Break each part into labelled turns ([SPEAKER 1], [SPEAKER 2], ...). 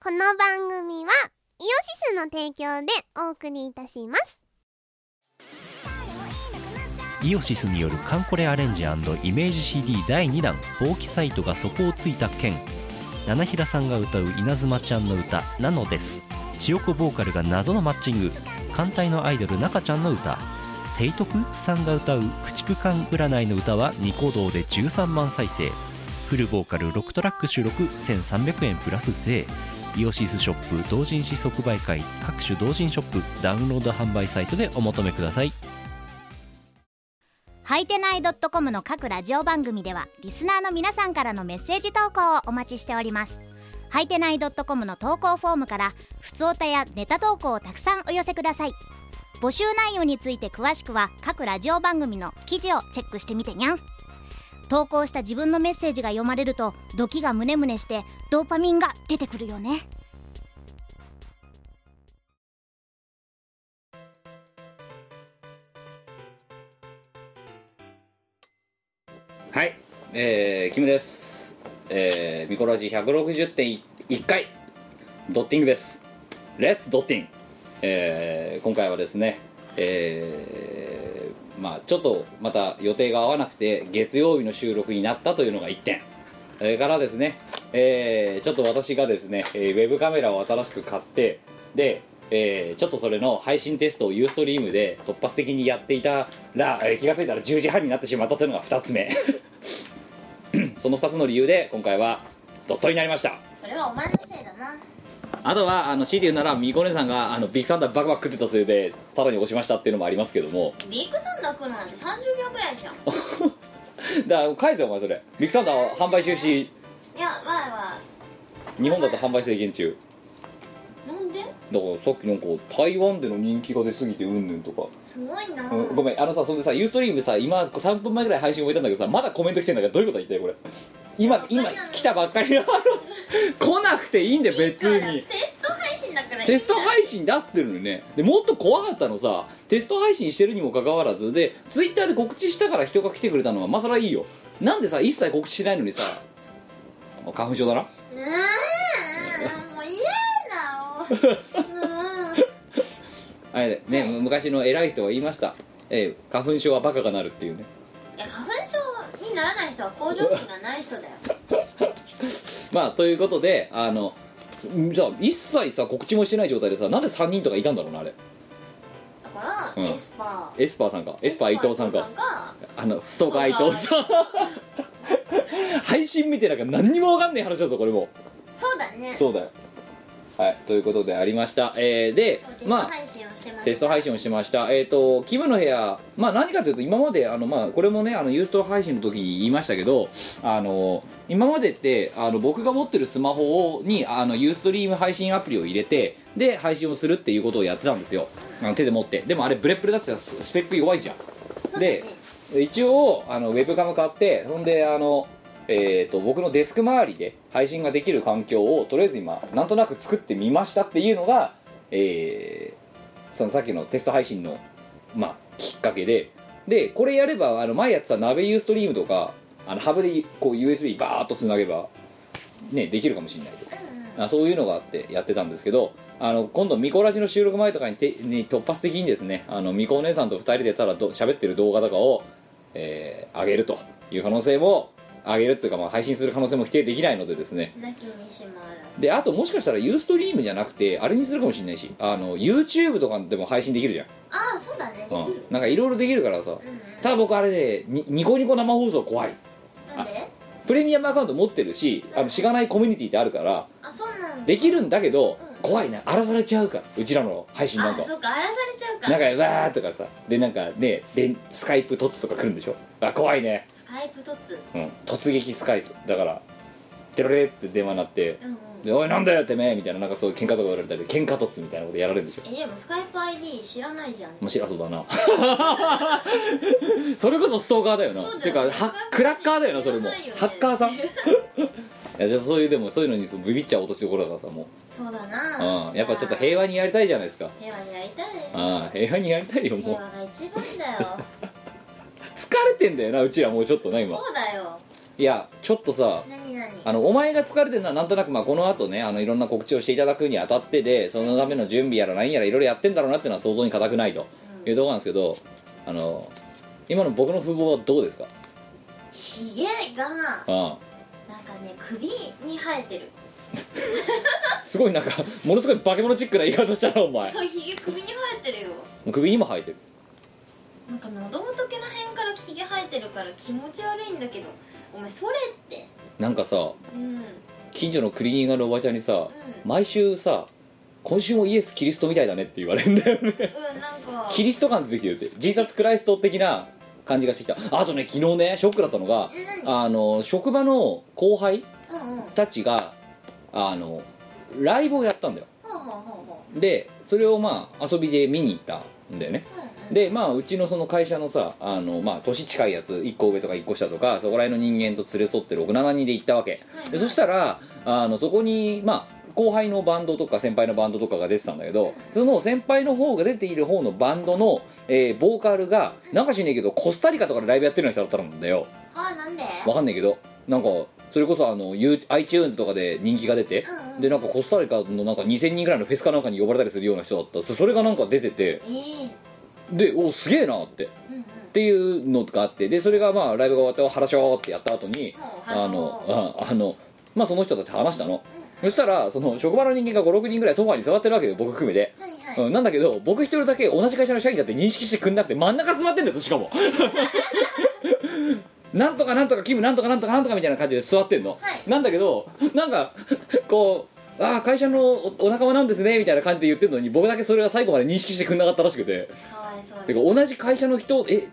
[SPEAKER 1] この番組はイオシスの提供でお送りいたします
[SPEAKER 2] イオシスによるカンコレアレンジイメージ CD 第2弾「防気サイトが底をついた件」七平さんが歌う稲妻ちゃんの歌「なのです」千代子ボーカルが謎のマッチング艦隊のアイドル中ちゃんの歌テイトクさんが歌う「駆逐艦占い」の歌はニコ動で13万再生フルボーカル6トラック収録1300円プラス税イオシスショップ同人誌即売会各種同人ショップダウンロード販売サイトでお求めください
[SPEAKER 3] はいてない .com の各ラジオ番組ではリスナーの皆さんからのメッセージ投稿をお待ちしておりますはいてない .com の投稿フォームからふつおたやネタ投稿をたくさんお寄せください募集内容について詳しくは各ラジオ番組の記事をチェックしてみてにゃん投稿した自分のメッセージが読まれるとドキがムネムネしてドーパミンが出てくるよね
[SPEAKER 4] はい、えー、キムです。えー、ミコラジ160.1回、ドッティングです。レッツドッティング。えー、今回はですね、えー、まあちょっとまた予定が合わなくて、月曜日の収録になったというのが1点。それからですね、えー、ちょっと私がですね、えーウェブカメラを新しく買って、で、えーちょっとそれの配信テストをユーストリームで突発的にやっていたら、えー気がついたら10時半になってしまったというのが2つ目その2つの理由で今回はドットになりました
[SPEAKER 3] それはお前のせいだな
[SPEAKER 4] あとはあの C で言うならみこねさんがあのビッグサンダーバクバク食ってたせいでさらに押しましたっていうのもありますけども
[SPEAKER 5] ビッグサンダー来るのなんて30秒ぐらいじゃんい
[SPEAKER 4] だから返せよお前それビッグサンダー販売中止
[SPEAKER 5] や前は
[SPEAKER 4] 日本だと販売制限中
[SPEAKER 5] なんで
[SPEAKER 4] だからさっきなんか台湾での人気が出すぎてうんぬんとか
[SPEAKER 5] すごいな、
[SPEAKER 4] うんごめんあのさそんでさユーストリームさ今3分前ぐらい配信終えたんだけどさまだコメント来てんだからどういうこと言ってこれ今今来たばっかりなの来なくていいんだよ別
[SPEAKER 5] だから
[SPEAKER 4] に
[SPEAKER 5] テスト配信だからいいんだ
[SPEAKER 4] テスト配信だっつってるのにねでもっと怖かったのさテスト配信してるにもかかわらずでツイッターで告知したから人が来てくれたのはまあそれはいいよなんでさ一切告知しないのにさあ花粉症だな
[SPEAKER 5] うーんもう嫌だようーん
[SPEAKER 4] あれね、昔の偉い人は言いました、えー花粉症はバカがなるっていうね
[SPEAKER 5] いや花粉症にならない人は向上心がない人だよ
[SPEAKER 4] まあということであのんじゃあ一切さ告知もしてない状態でさなんで3人とかいたんだろうなあれ
[SPEAKER 5] だから、
[SPEAKER 4] うん
[SPEAKER 5] エスパー
[SPEAKER 4] エスパーさんかエスパー伊藤さん
[SPEAKER 5] エ
[SPEAKER 4] か
[SPEAKER 5] スパー伊
[SPEAKER 4] あのストーカー伊藤 さん配信見てなんか何にも分かんない話だぞこれも
[SPEAKER 5] 藤さんがそうだね
[SPEAKER 4] そうだよはいということでありましたえーで
[SPEAKER 5] テスト
[SPEAKER 4] まあ
[SPEAKER 5] 配信をしてました、
[SPEAKER 4] テスト配信をしましたえっ、とキムの部屋まあ何かというと今まであのまあこれもねあのユースト配信の時に言いましたけどあの今までってあの僕が持ってるスマホにあのユーストリーム配信アプリを入れてで配信をするっていうことをやってたんですよあの手で持ってでもあれブレッブレだってさススペック弱いじゃん
[SPEAKER 5] そうだね
[SPEAKER 4] で一応あのウェブカム買ってほんであのえー、と僕のデスク周りで配信ができる環境をとりあえず今なんとなく作ってみましたっていうのが、えーそのさっきのテスト配信の、まあ、きっかけででこれやればあの前やってた鍋ユーストリームとかあのハブでこう USB バーっとつなげば、ね、できるかもしれないとあそういうのがあってやってたんですけどあの今度ミコラジの収録前とかにてに突発的にですねあのミコお姉さんと2人でただど喋ってる動画とかを、えー上げるという可能性も上げるっていうか、まあ、配信する可能性も否定できないのでですね
[SPEAKER 5] 泣きにしまる
[SPEAKER 4] であともしかしたらユーストリームじゃなくてあれにするかもしれないしあの YouTube とかでも配信できるじゃん、
[SPEAKER 5] ああそうだねで
[SPEAKER 4] う
[SPEAKER 5] き
[SPEAKER 4] ん
[SPEAKER 5] る、
[SPEAKER 4] なんかいろいろできるからさ
[SPEAKER 5] うんうん
[SPEAKER 4] ただ僕あれねにニコニコ生放送怖い
[SPEAKER 5] なんで
[SPEAKER 4] プレミアムアカウント持ってるしあのしがないコミュニティってあるから
[SPEAKER 5] あそうなんだ
[SPEAKER 4] できるんだけど、
[SPEAKER 5] うん
[SPEAKER 4] 怖いな荒らされちゃうからうちらの配信なん
[SPEAKER 5] あ
[SPEAKER 4] か
[SPEAKER 5] そうか荒らされちゃうか
[SPEAKER 4] なんかわーとかさでなんかねでスカイプ突とか来るんでしょあ怖いね、
[SPEAKER 5] スカイプ突
[SPEAKER 4] うん、突撃スカイプだからテロレって電話になって
[SPEAKER 5] うんうん
[SPEAKER 4] 「でおいなんだよてめえ」みたいななんかそういう喧嘩とか言われたり喧嘩突みたいなことやられるんでしょ
[SPEAKER 5] えでもスカイプ ID 知らないじゃん
[SPEAKER 4] 面白そうだな それこそストーカーだよな
[SPEAKER 5] そう
[SPEAKER 4] て
[SPEAKER 5] だよ
[SPEAKER 4] かハックラッカーだよなそれも、
[SPEAKER 5] 知らないよね
[SPEAKER 4] ハッカーさんいやじゃあ そういうでもそういうのにそうビビっちゃう落としどころだからさも
[SPEAKER 5] そうだ
[SPEAKER 4] う、
[SPEAKER 5] な
[SPEAKER 4] うん、やっぱちょっと平和にやりたいじゃないですか
[SPEAKER 5] 平和にやりたいです
[SPEAKER 4] ああ平和にやりたいよ
[SPEAKER 5] 平
[SPEAKER 4] もう
[SPEAKER 5] 和が一番だよ
[SPEAKER 4] 疲れてんだよなうちらもうちょっとな今
[SPEAKER 5] そうだよ
[SPEAKER 4] いやちょっとさ
[SPEAKER 5] 何何
[SPEAKER 4] あのお前が疲れてるのはなんとなくまあこの後ねあのいろんな告知をしていただくにあたってでそのための準備やら何やらいろいろやってんだろうなっていうのは想像に難くないというところなんですけどあの今の僕の風貌はどうですか
[SPEAKER 5] ひげが
[SPEAKER 4] あ
[SPEAKER 5] なんかね首に生えてる
[SPEAKER 4] あすごいなんか ものすごい化け物チックな言い方したなお前も
[SPEAKER 5] ひげ首に生えてるよ
[SPEAKER 4] う首にも生えてる
[SPEAKER 5] なんか喉元けの辺からひげ生えてるから気持ち悪いんだけどお前それって
[SPEAKER 4] なんかさ
[SPEAKER 5] うんうん
[SPEAKER 4] 近所のクリーニングのおばちゃんにさ 毎週さ今週もイエス・キリストみたいだねって言われるんだよね
[SPEAKER 5] うんなんか
[SPEAKER 4] キリスト感出てきてるってジーザス・クライスト的な感じがしてきたあとね昨日ねショックだったのが
[SPEAKER 5] え何
[SPEAKER 4] あの職場の後輩
[SPEAKER 5] うんうんほう
[SPEAKER 4] たちがあのライブをやったんだよ
[SPEAKER 5] ほうほうほ
[SPEAKER 4] でそれをまあ遊びで見に行ったんだよね
[SPEAKER 5] ううんうん
[SPEAKER 4] でまあうちのその会社のさあのまあ年近いやつ1個上とか1個下とかそこら辺の人間と連れ添って67人で行ったわけ
[SPEAKER 5] はいは
[SPEAKER 4] で
[SPEAKER 5] い
[SPEAKER 4] そしたらあのそこにまあ後輩のバンドとか先輩のバンドとかが出てたんだけどその先輩の方が出ている方のバンドの、えーボーカルがなんか知んねえけどコスタリカとかでライブやってるような人だったんだよ
[SPEAKER 5] はあなんで
[SPEAKER 4] わかんないけどなんかそれこそあの You- iTunes とかで人気が出て
[SPEAKER 5] うんうん
[SPEAKER 4] でなんかコスタリカのなんか2000人ぐらいのフェスかなんかに呼ばれたりするような人だったそそれがなんか出てて
[SPEAKER 5] ええ
[SPEAKER 4] でおすげえなってっ
[SPEAKER 5] うんうん
[SPEAKER 4] ていうのがあってでそれがまあライブが終わって「はらしょー」ってやった後に
[SPEAKER 5] もうお
[SPEAKER 4] あ
[SPEAKER 5] 話も
[SPEAKER 4] のああのまあその人たちと話したの
[SPEAKER 5] う
[SPEAKER 4] そ
[SPEAKER 5] ん
[SPEAKER 4] したらその職場の人間が56人ぐらいソファに座ってるわけよ僕含めて、
[SPEAKER 5] はいはい
[SPEAKER 4] うん、なんだけど僕一人だけ同じ会社の社員だって認識してくんなくて真ん中座ってんだよしかも なんとかなんとかキムなんとかなんとかなんとかみたいな感じで座ってんの、
[SPEAKER 5] はい
[SPEAKER 4] なんだけどなんかこうああ会社のおお仲間なんですねみたいな感じで言ってるのに僕だけそれは最後まで認識してくんなかったらしくて
[SPEAKER 5] かわいそうに
[SPEAKER 4] てか同じ会社の人え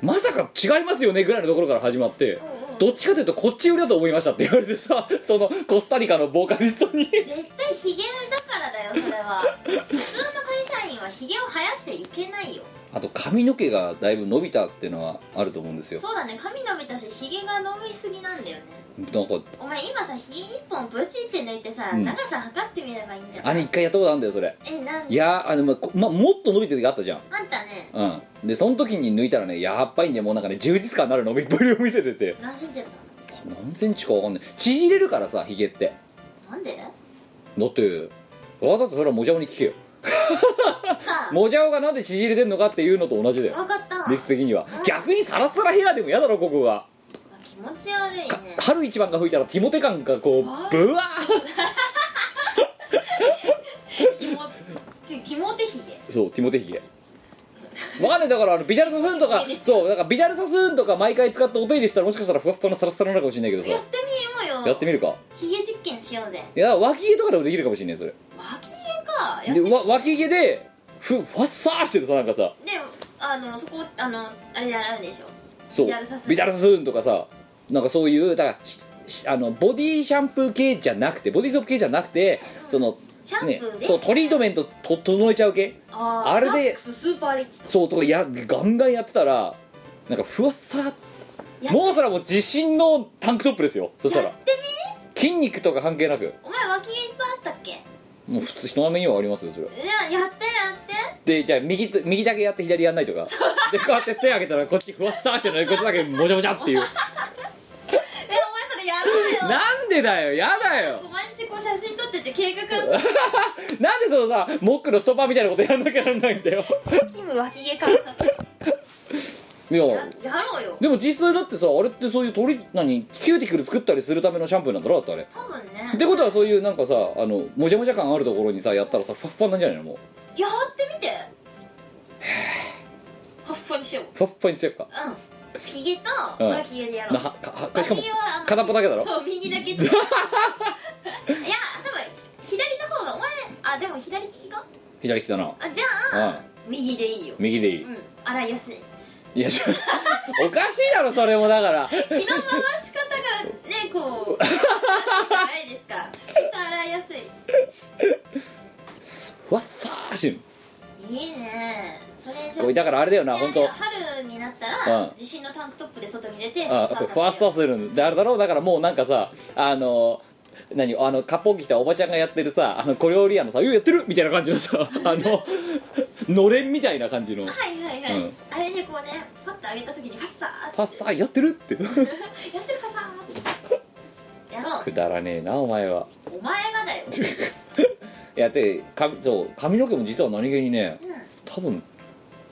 [SPEAKER 4] まさか違いますよねぐらいのところから始まって
[SPEAKER 5] うんうん
[SPEAKER 4] どっちかというとこっち寄りだと思いましたって言われてさ そのコスタリカのボーカリストに
[SPEAKER 5] 絶対ヒゲだからだよそれは普通の会社員はヒゲを生やしていけないよ
[SPEAKER 4] あと髪の毛がだいぶ伸びたっていうのはあると思うんですよ
[SPEAKER 5] そうだね髪伸びたしヒゲが伸びすぎなんだよね
[SPEAKER 4] なんか
[SPEAKER 5] お前今さヒゲ一本ブチって抜いてさ、
[SPEAKER 4] うん
[SPEAKER 5] 長さ測ってみればいいんじゃな
[SPEAKER 4] あ
[SPEAKER 5] い
[SPEAKER 4] れ一回やったことあるんだよそれ
[SPEAKER 5] えなん
[SPEAKER 4] いやーあの、まあこまあ、もっと伸びてる時あったじゃん
[SPEAKER 5] あんたね
[SPEAKER 4] うんでその時に抜いたらねやっぱりねもうなんかね充実感のある伸びっぷりを見せてて
[SPEAKER 5] 何センチだっ
[SPEAKER 4] 何センチかわかんない縮れるからさヒゲって
[SPEAKER 5] たのなんで
[SPEAKER 4] だってわざとそれはもじゃおに聞けよ
[SPEAKER 5] か
[SPEAKER 4] もじゃおがなんで縮れてんのかっていうのと同じだよ
[SPEAKER 5] 分かった、
[SPEAKER 4] 歴史的には
[SPEAKER 5] うん
[SPEAKER 4] 逆にサラサラヘアでも嫌だろここが
[SPEAKER 5] まあ気持ち悪いね
[SPEAKER 4] 春一番が吹いたらティモテ感がこう
[SPEAKER 5] そう
[SPEAKER 4] ブワー
[SPEAKER 5] ひもてひもてヒゲ
[SPEAKER 4] そうティモテヒゲわかんないだからあのビダルサスーンとか
[SPEAKER 5] ティモテです
[SPEAKER 4] そうだからビダルサスーンとか毎回使ってお手入れしたらもしかしたらふわっふわのサラサラなのかもしれないけど
[SPEAKER 5] やっ
[SPEAKER 4] さ
[SPEAKER 5] てみようよ
[SPEAKER 4] やってみるか
[SPEAKER 5] ヒゲ実験しようぜ
[SPEAKER 4] いや脇毛とかでもできるかもしれないそれ
[SPEAKER 5] 脇毛かや
[SPEAKER 4] で
[SPEAKER 5] ってみ
[SPEAKER 4] わ脇毛でふわっさーしてるさなんかさ
[SPEAKER 5] であのそこあのあれで洗うんでしょ
[SPEAKER 4] そう
[SPEAKER 5] ビダルサスーン
[SPEAKER 4] ビダルサスーンとかさなんかそういうだからししあのボディシャンプー系じゃなくてボディソープ系じゃなくてその
[SPEAKER 5] シャン
[SPEAKER 4] ね
[SPEAKER 5] プーで、
[SPEAKER 4] そうトリートメントと整えちゃう系
[SPEAKER 5] あー
[SPEAKER 4] あれで
[SPEAKER 5] マックススーパーリッチとか
[SPEAKER 4] そうとかやガンガンやってたらなんかふわっさ
[SPEAKER 5] や
[SPEAKER 4] もうそれはもう自信のタンクトップですよそした
[SPEAKER 5] や
[SPEAKER 4] ら
[SPEAKER 5] って
[SPEAKER 4] 筋肉とか関係なく
[SPEAKER 5] みお前脇毛いっぱいあったっけ
[SPEAKER 4] もう普通人並みにはありますよそ れ
[SPEAKER 5] でやってやって
[SPEAKER 4] でじゃあ右と右だけやって左やんないとかでこうやって手上げたらこっちふわっさしてないこっちだけもじゃもじゃっていう
[SPEAKER 5] えお前それやろうよ
[SPEAKER 4] なんでだよやだよ
[SPEAKER 5] お前んちこう写真撮ってて計画から
[SPEAKER 4] なんでそのさモックのストッパーみたいなことやんなきゃなんないんだよ
[SPEAKER 5] キム脇毛観察
[SPEAKER 4] いや
[SPEAKER 5] ややろうよ
[SPEAKER 4] でも実際だってさあれってそういう鳥何キューティクル作ったりするためのシャンプーなんだろだってあれ
[SPEAKER 5] 多分ね
[SPEAKER 4] ってことはそういうなんかさあのもじゃもじゃ感あるところにさやったらさふわっふわなんじゃないのもう
[SPEAKER 5] やってみてはっふわにしよう
[SPEAKER 4] ふわっふわにしてやるか
[SPEAKER 5] うんヒゲと
[SPEAKER 4] うん
[SPEAKER 5] 脇毛でやろ
[SPEAKER 4] な
[SPEAKER 5] う
[SPEAKER 4] はかはしかも
[SPEAKER 5] 脇毛はあの
[SPEAKER 4] 片っぽだけだろ
[SPEAKER 5] そう右だ けといや多分左の方がお前あでも左利きか
[SPEAKER 4] 左利きだな
[SPEAKER 5] あじゃあ右でいいよ
[SPEAKER 4] 右でいい、
[SPEAKER 5] うん洗いやすい
[SPEAKER 4] いやちょ おかしいだろそれもだから
[SPEAKER 5] 気の回し方がねこうじゃないですかちょっと洗いやすい
[SPEAKER 4] ふわっさーし
[SPEAKER 5] いいねそれ
[SPEAKER 4] これだからあれだよな本当
[SPEAKER 5] 春になったら、
[SPEAKER 4] うん
[SPEAKER 5] 地震のタンクトップで外に出て
[SPEAKER 4] あファーストするんであれだろうだからもうなんかさあの何あのカッポン着たおばちゃんがやってるさあの小料理屋のさ「うやってる!」みたいな感じのさあののれんみたいな感 じの「
[SPEAKER 5] はいはいはい、
[SPEAKER 4] うん
[SPEAKER 5] あれでこうねパッと上げた時にファッサーって
[SPEAKER 4] パッサーやってる!」って
[SPEAKER 5] やってるファッサーやろ
[SPEAKER 4] くだらねえなお前は
[SPEAKER 5] お前がだよ、
[SPEAKER 4] いやで髪そう髪の毛も実は何気にね
[SPEAKER 5] う
[SPEAKER 4] 多分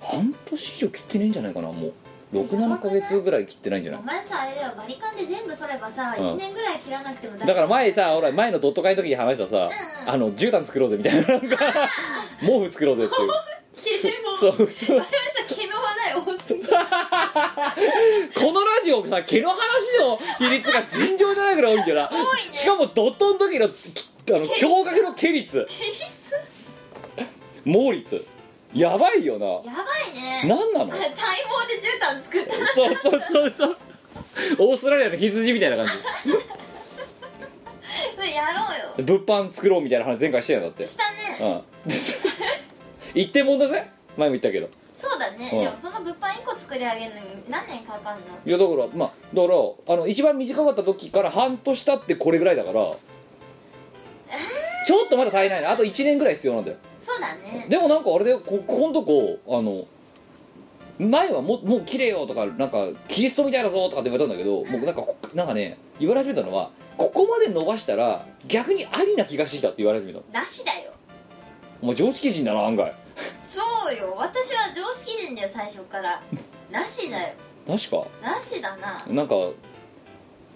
[SPEAKER 4] 半年以上切ってねえんじゃないかなもう67か月ぐらい切ってないんじゃ
[SPEAKER 5] ん、
[SPEAKER 4] ない
[SPEAKER 5] お前さあれだよバリカンで全部剃ればさ
[SPEAKER 4] うん
[SPEAKER 5] 1年ぐらい切らなくても
[SPEAKER 4] だから前さほら前のドット会の時に話したさ「
[SPEAKER 5] うんうん
[SPEAKER 4] あの絨毯作ろうぜ」みたいななんか毛布作ろうぜっていう
[SPEAKER 5] 毛でも
[SPEAKER 4] そう
[SPEAKER 5] 我々さ毛の話題多すぎる
[SPEAKER 4] このラジオさ毛の話の比率が尋常じゃないぐらい多いんだよな、しかもドットの時のきあの驚愕の毛率
[SPEAKER 5] 毛率
[SPEAKER 4] 毛率やばいよな
[SPEAKER 5] やばいね
[SPEAKER 4] 何なの
[SPEAKER 5] 体毛で絨毯作った話
[SPEAKER 4] そうそうそうそうオーストラリアの羊みたいな感
[SPEAKER 5] やろう
[SPEAKER 4] じ
[SPEAKER 5] よ
[SPEAKER 4] 物販作ろうみたいな話前回してんだって
[SPEAKER 5] したね
[SPEAKER 4] うん一点もんだぜ前も言ったけど
[SPEAKER 5] そうだね、
[SPEAKER 4] うん
[SPEAKER 5] でもその物販1個作り上げるのに何年かかんの
[SPEAKER 4] いやだからまあだからあの一番短かった時から半年経ってこれぐらいだからちょっとまだ足りないなあと1年ぐらい必要なんだよ
[SPEAKER 5] そうだね
[SPEAKER 4] でもなんかあれだよこここのとこあの前はもうもう切れよとかなんかキリストみたいだぞとかって言われたんだけどもうなんかこなんかね言われ始めたのはここまで伸ばしたら逆にありな気がしてきたって言われ始めたの
[SPEAKER 5] なしだよ
[SPEAKER 4] お前常識人だな案外
[SPEAKER 5] そうよ私は常識人だよ最初 からなしだよ
[SPEAKER 4] 確か
[SPEAKER 5] なしだな
[SPEAKER 4] なんか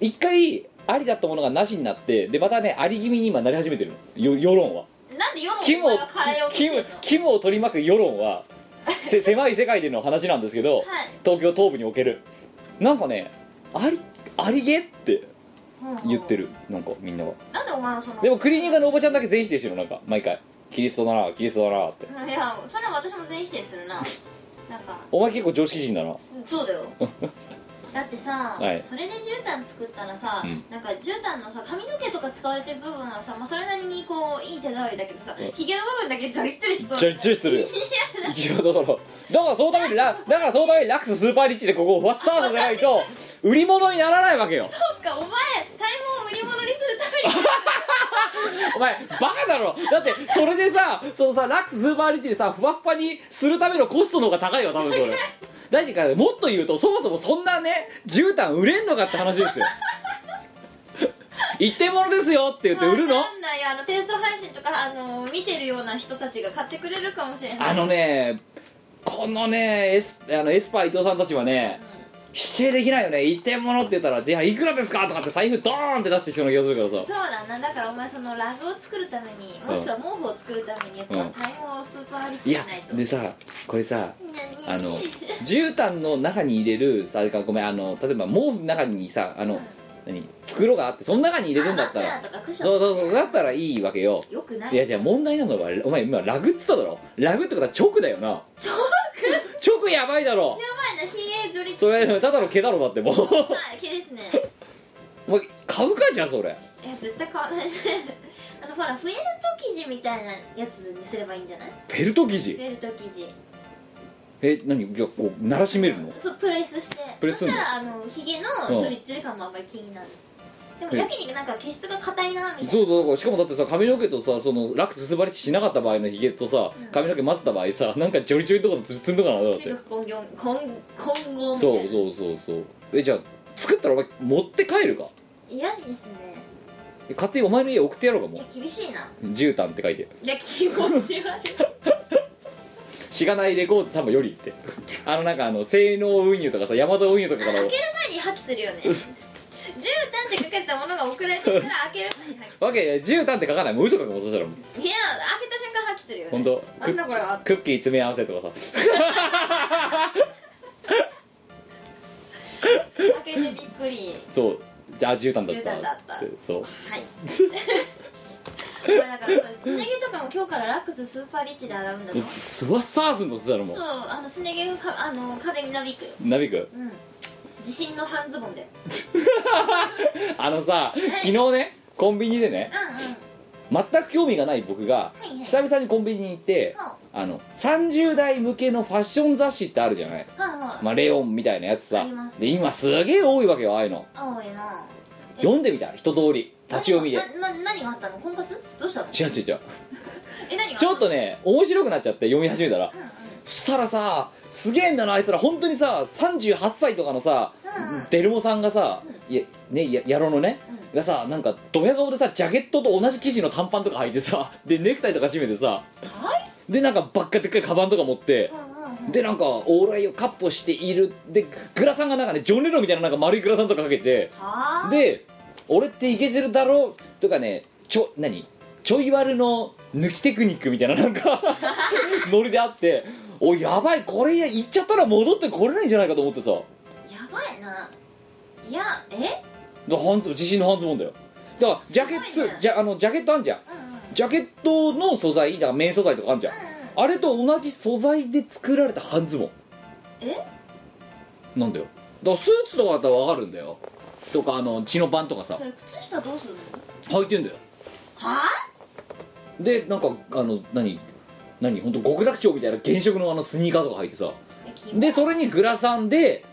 [SPEAKER 4] 一回ありだったものがなしになってでまたねあり気味に今なり始めてるのよ世論は
[SPEAKER 5] なんで世の
[SPEAKER 4] キムを
[SPEAKER 5] 声が変えようとし
[SPEAKER 4] キ
[SPEAKER 5] てんの
[SPEAKER 4] ムキムを取り巻く世論はせ狭い世界での話なんですけど、
[SPEAKER 5] はい
[SPEAKER 4] 東京東部におけるなんかねありありげって
[SPEAKER 5] うんうん
[SPEAKER 4] 言ってるなんかみんなは
[SPEAKER 5] なんでお前はその
[SPEAKER 4] でもクリーニング屋のおばちゃんだけ全否定してるのなんか毎回キリストだなキリストだなって
[SPEAKER 5] いやそれは私も全否定するななんか
[SPEAKER 4] お前結構常識人だな
[SPEAKER 5] そうだよだってさ、
[SPEAKER 4] はい
[SPEAKER 5] それで絨毯作ったらさ、
[SPEAKER 4] うん
[SPEAKER 5] なんか絨毯のさ髪の毛とか使われてる部分はさ、まあ、それなりにこういい手触りだけどさ
[SPEAKER 4] うん
[SPEAKER 5] ひげの部分だけジョリッジョリしそう
[SPEAKER 4] ジョリッジョリ するよいやだからだからそのためにラだからそのためにラックススーパーリッチでここをふわっさーさせないと売り物にならないわけよ
[SPEAKER 5] そっかお前体毛を売り物にするため に
[SPEAKER 4] お前バカだろだってそれでさそのさラックススーパーリッチでさふわっふわにするためのコストの方が高いよ多分それ大事かもっと言うとそもそもそんなね絨毯売れんのかって話ですよ一点物ですよって言って売るの
[SPEAKER 5] わかんないよあのテスト配信とかあの見てるような人たちが買ってくれるかもしれない
[SPEAKER 4] あのねこのねエスあのエスパー伊藤さんたちはね否定できないよね一点物って言ったら「じゃあいくらですか?」とかって財布ドーンって出してきそうな気がするからさ
[SPEAKER 5] そうだなだからお前そのラグを作るためにもしくは毛布を作るためにやっぱ
[SPEAKER 4] うん
[SPEAKER 5] 体毛をスーパー張り
[SPEAKER 4] い
[SPEAKER 5] 切
[SPEAKER 4] や
[SPEAKER 5] らないと
[SPEAKER 4] でさこれさ
[SPEAKER 5] 何
[SPEAKER 4] あの絨毯の中に入れるさごめんあの例えば毛布の中にさあの、何袋があってその中に入れるんだった
[SPEAKER 5] あ
[SPEAKER 4] ら
[SPEAKER 5] 枕とかクション
[SPEAKER 4] そうそうそうだったらいいわけよ
[SPEAKER 5] よくない
[SPEAKER 4] いやじゃあ問題なのはお前今ラグっつっただろラグってことは直だよな
[SPEAKER 5] ちょ
[SPEAKER 4] 直やばいだろ
[SPEAKER 5] やばいなひげジョリッ
[SPEAKER 4] それただの毛だろだってもう
[SPEAKER 5] はい毛ですね
[SPEAKER 4] お前買うかじゃあそれ
[SPEAKER 5] いや絶対買わないねあのほらフェルト生地みたいなやつにすればいいんじゃない
[SPEAKER 4] フェルト生
[SPEAKER 5] フ
[SPEAKER 4] 地
[SPEAKER 5] ェルト生地
[SPEAKER 4] え何じゃあこう鳴らしめるの
[SPEAKER 5] そうプレスして
[SPEAKER 4] プレスす
[SPEAKER 5] そ
[SPEAKER 4] ん
[SPEAKER 5] し
[SPEAKER 4] の
[SPEAKER 5] たらあのひげのジョリッジョリ感もあんまり気になるでもやけになんか毛質が硬いなみたいな
[SPEAKER 4] そうそうだからしかもだってさ髪の毛とさそのラクスすばりしなかった場合のヒゲとさ、
[SPEAKER 5] うん
[SPEAKER 4] 髪の毛混ぜた場合さなんかジョリジョリのとこつつんとかなだっ
[SPEAKER 5] 中
[SPEAKER 4] て
[SPEAKER 5] 国混合混混合みたい
[SPEAKER 4] そ
[SPEAKER 5] な
[SPEAKER 4] うそうそうそうえじゃあ作ったらお前持って帰るか
[SPEAKER 5] 嫌ですね
[SPEAKER 4] え勝手にお前の家送ってやろうか
[SPEAKER 5] い
[SPEAKER 4] も
[SPEAKER 5] や厳しいな
[SPEAKER 4] う絨毯って書いて
[SPEAKER 5] いや気持ち悪い
[SPEAKER 4] しがないレコード様よりってあのなんかあの性能運輸とかさヤマト運輸とか
[SPEAKER 5] あ
[SPEAKER 4] か
[SPEAKER 5] の
[SPEAKER 4] ら
[SPEAKER 5] 開ける前に破棄するよね絨毯って書かれたものが送られてから開ける前に破棄す
[SPEAKER 4] わけ絨毯って書かないもう嘘かもそしたらもう
[SPEAKER 5] るいや開けた瞬間破棄するよね
[SPEAKER 4] 本当
[SPEAKER 5] あんなこれは
[SPEAKER 4] クッキー詰め合わせとかさ
[SPEAKER 5] 開けてびっくり
[SPEAKER 4] そうじゃあ絨毯だった
[SPEAKER 5] 絨毯だった
[SPEAKER 4] てそう
[SPEAKER 5] はい まあだからそうすね毛とかも今日からラックススーパーリッチで洗うんだと
[SPEAKER 4] えスワッサーすんのそしたらも
[SPEAKER 5] そう
[SPEAKER 4] う
[SPEAKER 5] あのすね毛がかあの風になびくよ
[SPEAKER 4] なびく
[SPEAKER 5] うん地震の半ズボンで
[SPEAKER 4] あのさ昨日ねコンビニでね
[SPEAKER 5] うんうん
[SPEAKER 4] 全く興味がない僕が
[SPEAKER 5] はいはい
[SPEAKER 4] 久々にコンビニに行って
[SPEAKER 5] は
[SPEAKER 4] あの30代向けのファッション雑誌ってあるじゃない、
[SPEAKER 5] あは
[SPEAKER 4] まあ、レオンみたいなやつ
[SPEAKER 5] あ
[SPEAKER 4] さ
[SPEAKER 5] ります
[SPEAKER 4] で今すげえ多いわけよああいうの
[SPEAKER 5] あはあ多いなえ
[SPEAKER 4] 読んでみた一通り立ち読みで
[SPEAKER 5] なな何があったの婚活どうしたの
[SPEAKER 4] 違う違う違う
[SPEAKER 5] え何が
[SPEAKER 4] ちょっとね面白くなっちゃって読み始めたら
[SPEAKER 5] うんうん
[SPEAKER 4] したらさすげえんだなあいつら本当にさ38歳とかのさ
[SPEAKER 5] うんうん
[SPEAKER 4] デルモさんがさ、
[SPEAKER 5] う
[SPEAKER 4] いやねや野郎のね
[SPEAKER 5] うん
[SPEAKER 4] がさなんかドヤ顔でさジャケットと同じ生地の短パンとか履いてさでネクタイとか締めてさ
[SPEAKER 5] は
[SPEAKER 4] でなんかばっかでっかいカバンとか持って
[SPEAKER 5] うんうんうん
[SPEAKER 4] でなんか往来をカッポしているでグラサンがなんかねジョン・レノンみたいななんか丸いグラサンとかかけて
[SPEAKER 5] はあ
[SPEAKER 4] で俺ってイケてるだろうとかねちょ何ちょい悪の抜きテクニックみたいななん かノリであっておいやばいこれいや行っちゃったら戻ってこれないんじゃないかと思ってさ
[SPEAKER 5] やばいないやえ
[SPEAKER 4] だハンズボン自信の半ズボンだよだからジャケ
[SPEAKER 5] す
[SPEAKER 4] ッ
[SPEAKER 5] ごい
[SPEAKER 4] ト、
[SPEAKER 5] ね
[SPEAKER 4] じゃあのジャケットあんじゃん
[SPEAKER 5] うんうんうん
[SPEAKER 4] ジャケットの素材だから綿素材とかあんじゃんあれと同じ素材で作られた半ズボン
[SPEAKER 5] え
[SPEAKER 4] なんだよだからスーツとかだったらわかるんだよとかあの血のパンとかさ
[SPEAKER 5] それ靴下どうするの
[SPEAKER 4] 履いてんだよ
[SPEAKER 5] はあ
[SPEAKER 4] でなんかあの何何本当極楽鳥みたいな原色のあのスニーカーとか履いてさ
[SPEAKER 5] えキモ
[SPEAKER 4] でそれにグラサンで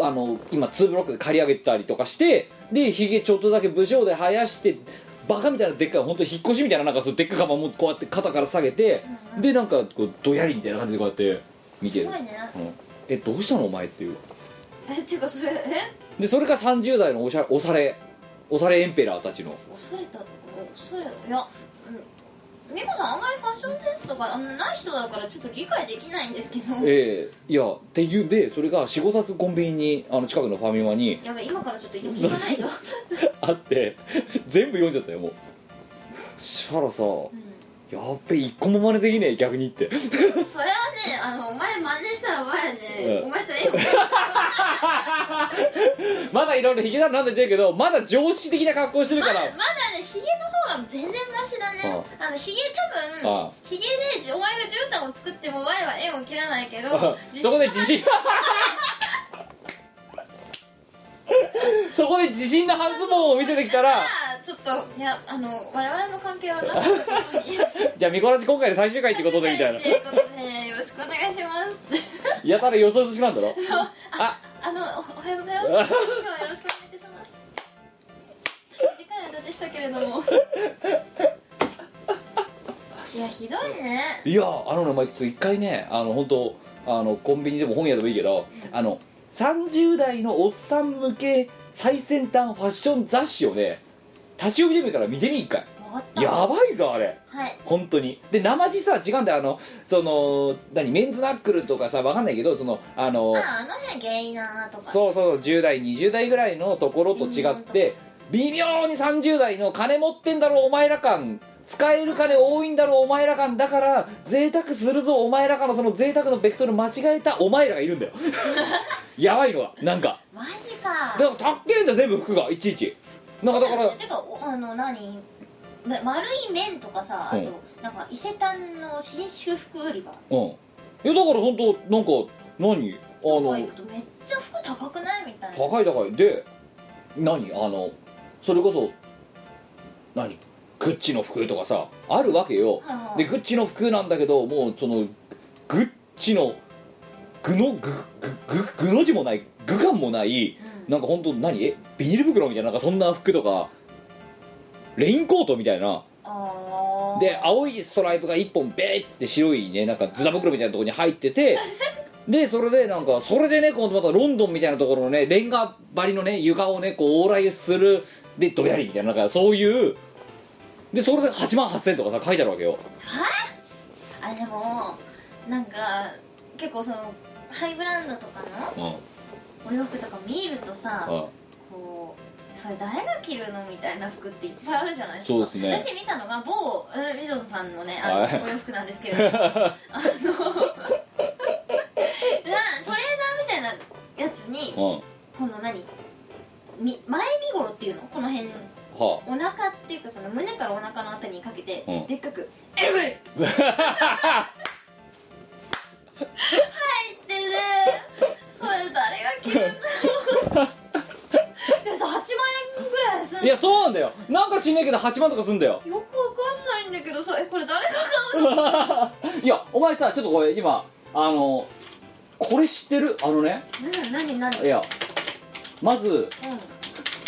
[SPEAKER 4] あの今2ブロックで刈り上げたりとかしてでひげちょっとだけ武将で生やしてバカみたいなでっかい本当引っ越しみたいななんかそうでっかいカバンもこうやって肩から下げて
[SPEAKER 5] うんうん
[SPEAKER 4] でなんかこうどやりみたいな感じでこうやって見て
[SPEAKER 5] す
[SPEAKER 4] る
[SPEAKER 5] ごいね
[SPEAKER 4] うんえどうしたのお前っていう
[SPEAKER 5] えていうかそれえ
[SPEAKER 4] でそれが30代のおしゃおされおされエンペラーたちの
[SPEAKER 5] 恐れた恐れいやうん美子さんあんまりファッションセンスとかあんまない人だからちょっと理解できないんですけど
[SPEAKER 4] ええいやっていうんでそれが45冊コンビニにあの近くのファミマに
[SPEAKER 5] やばい今からちょっと行かないと
[SPEAKER 4] あって全部読んじゃったよもうしゃらさやっべ一個も真似できねえ逆にって
[SPEAKER 5] うんそれはねあのお前真似したらお前ね
[SPEAKER 4] うん
[SPEAKER 5] お前と縁を
[SPEAKER 4] まだいろいろヒゲダンなんで出てるけどまだ常識的な格好してる
[SPEAKER 5] ま
[SPEAKER 4] か
[SPEAKER 5] だ
[SPEAKER 4] ら
[SPEAKER 5] まだねヒゲの方が全然マシだねあのヒゲ多分
[SPEAKER 4] あ
[SPEAKER 5] ヒゲでお前が絨毯を作っても我は縁を切らないけど
[SPEAKER 4] あ
[SPEAKER 5] 自
[SPEAKER 4] そ
[SPEAKER 5] 信
[SPEAKER 4] こ
[SPEAKER 5] が
[SPEAKER 4] で自信そこで自信の半ズボンを見せてきたら
[SPEAKER 5] ちょっといやあの我々の関係はなかったことに
[SPEAKER 4] じゃあミコラジ今回で最終回ってことでみたいな
[SPEAKER 5] ということでよろしくお願いします
[SPEAKER 4] やたら予想しなんだろあ
[SPEAKER 5] あのおおはようございます。今日はよろしくお願いいたします。時間無駄でしたけれど も。いやひどいね。
[SPEAKER 4] いやあのねマイク一回ねあの本当あのコンビニでも本屋でもいいけどあの30代のおっさん向け最先端ファッション雑誌をね立ち読みで見るから見てみ一回
[SPEAKER 5] 回った。
[SPEAKER 4] やばいぞあれ
[SPEAKER 5] はい。
[SPEAKER 4] 本当にで生地さ時間であのその何メンズナックルとかさわかんないけどそのあの
[SPEAKER 5] ああの辺ゲイなーとか。
[SPEAKER 4] そうそう10代20代ぐらいのところと違って微妙に30代の金持ってんだろお前ら感使える金多いんだろお前ら感だから贅沢するぞお前らかのその贅沢のベクトル間違えたお前らがいるんだよ やばいのがなんか
[SPEAKER 5] マジか。
[SPEAKER 4] だからたっけえんだよ全部服がいちいちなんかだから
[SPEAKER 5] そうよねてかおあの何。ま丸い面とかさあ
[SPEAKER 4] うん
[SPEAKER 5] となんか伊勢丹の新修復売り場
[SPEAKER 4] うんいやだから本当なんか何あ
[SPEAKER 5] と
[SPEAKER 4] の
[SPEAKER 5] か行くとめっちゃ服高くないみたいな
[SPEAKER 4] 高い高いで何あのそれこそ何グッチの服とかさあるわけよ
[SPEAKER 5] はいはい
[SPEAKER 4] でグッチの服なんだけどもうそのグッチの具の具具具具の字もない具感もない
[SPEAKER 5] うん
[SPEAKER 4] なんか本当何えビニール袋みたいななんかそんな服とかレインコートみたいな
[SPEAKER 5] あー
[SPEAKER 4] で青いストライプが1本ベーって白いねなんかズラ袋みたいなところに入っててでそれでなんかそれでね今度またロンドンみたいなところのねレンガ張りのね床をねこう往来するでどやりみたいななんかそういうでそれで8万8000とかさ書いてあるわけよ
[SPEAKER 5] あでもなんか結構そのハイブランドとかの
[SPEAKER 4] うん
[SPEAKER 5] お洋服とか見るとさ
[SPEAKER 4] うん
[SPEAKER 5] こうそれ誰が着るのみたいな服っていっぱいあるじゃないですか
[SPEAKER 4] そうですね
[SPEAKER 5] 私見たのが某うんみぞさんのねあの、
[SPEAKER 4] はい
[SPEAKER 5] お洋服なんで すけれどもあのなトレーナーみたいなやつに
[SPEAKER 4] うんは
[SPEAKER 5] この何み前身頃っていうのこの辺
[SPEAKER 4] あ
[SPEAKER 5] お腹っていうかその胸からお腹のあたりにかけて、
[SPEAKER 4] うん
[SPEAKER 5] でっかく「エル ブイ!」入ってねそれ誰が着るんだろうでもさ8万円ぐらいすん
[SPEAKER 4] いやそうなんだよなんか知んないけど8万とかすんだよ
[SPEAKER 5] よくわかんないんだけどさえこれ誰が買うの
[SPEAKER 4] いやお前さちょっとこれ今あのこれ知ってるあのね
[SPEAKER 5] な何何
[SPEAKER 4] いやまず
[SPEAKER 5] うん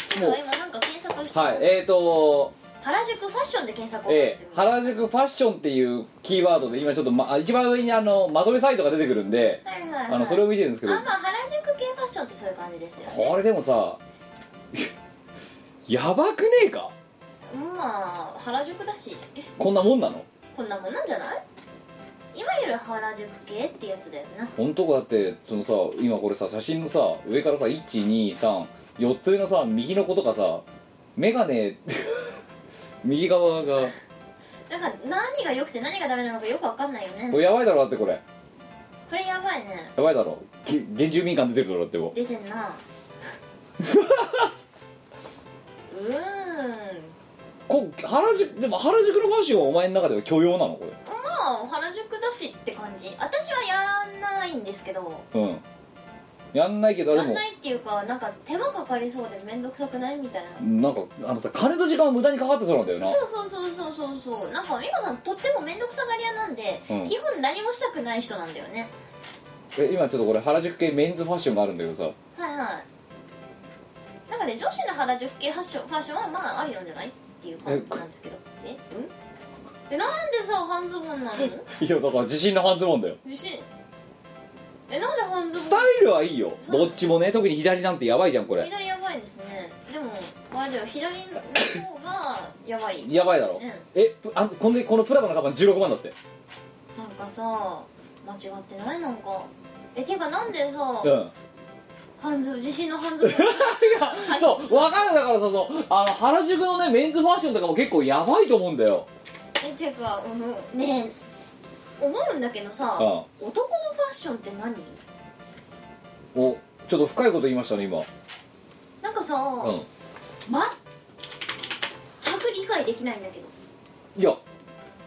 [SPEAKER 5] ち
[SPEAKER 4] も
[SPEAKER 5] ょ
[SPEAKER 4] う
[SPEAKER 5] っと今なんか検索してま
[SPEAKER 4] はい
[SPEAKER 5] す、
[SPEAKER 4] えーと
[SPEAKER 5] 原宿ファッションで検索をかけ
[SPEAKER 4] え
[SPEAKER 5] て
[SPEAKER 4] え
[SPEAKER 5] みます
[SPEAKER 4] 原宿ファッションっていうキーワードで今ちょっと、ま、一番上にあのまとめサイトが出てくるんで
[SPEAKER 5] はいはいはい
[SPEAKER 4] あのそれを見てるんですけ
[SPEAKER 5] あ
[SPEAKER 4] ど
[SPEAKER 5] まあ原宿系ファッションってそういう感じですよね
[SPEAKER 4] これでもさ やばくねえか
[SPEAKER 5] まあ原宿だし
[SPEAKER 4] こんなもんなの
[SPEAKER 5] こんなもんなんじゃないいわゆる原宿系ってやつだよな
[SPEAKER 4] 本当かだってそのさ今これさ写真のさ上からさ1234つ目のさ右の子とかさ眼鏡 右側が
[SPEAKER 5] なんか何が良くて何がダメなのかよくわかんないよね
[SPEAKER 4] これやばいだろだってこれ
[SPEAKER 5] これやばいね
[SPEAKER 4] やばいだろげ原住民感出てるだろだっても
[SPEAKER 5] 出てんな うーん
[SPEAKER 4] こ原宿でも原宿のファッションはお前の中では許容なのこ
[SPEAKER 5] まあ原宿だしって感じ私はやらないんですけど
[SPEAKER 4] れうんやんないけどで
[SPEAKER 5] やん
[SPEAKER 4] も
[SPEAKER 5] ないっていうかなんか手間かかりそうで面倒くさくないみたいな
[SPEAKER 4] なんかあのさ金と時間は無駄にかかってそうなんだよな
[SPEAKER 5] そうそうそうそうそうそうなんか美香さんとっても面倒くさがり屋なんで、
[SPEAKER 4] うん
[SPEAKER 5] 基本何もしたくない人なんだよね
[SPEAKER 4] え今ちょっとこれ原宿系メンズファッションがあるんだけどさ
[SPEAKER 5] はいはいなんかね女子の原宿系ファッションファッションはまあありなんじゃないっていう感じなんですけどえうんえなんでさ半ズボンなの
[SPEAKER 4] いやだから自信の半ズボンだよ
[SPEAKER 5] 自信えなんで半ズボン
[SPEAKER 4] スタイルはいいよ
[SPEAKER 5] そう
[SPEAKER 4] どっちもね特に左なんてやばいじゃんこれ
[SPEAKER 5] 左やばいですねでもあれだよ左の方がやばい
[SPEAKER 4] やばいだろ、
[SPEAKER 5] うん
[SPEAKER 4] えぷあこんでこのプラダのカバン16万だって
[SPEAKER 5] なんかさ間違ってないなんかえていうかなんでさ、
[SPEAKER 4] うん
[SPEAKER 5] 半ズボン自信の半ズボンはい
[SPEAKER 4] そうわかるだからそのあの原宿のねメンズファッションとかも結構やばいと思うんだよ
[SPEAKER 5] えていうか、うん、ねえ思うんだけどさ、
[SPEAKER 4] うん
[SPEAKER 5] 男のファッションって何
[SPEAKER 4] おちょっと深いこと言いましたね今
[SPEAKER 5] なんかさ、
[SPEAKER 4] うん
[SPEAKER 5] 全く理解できないんだけど
[SPEAKER 4] いや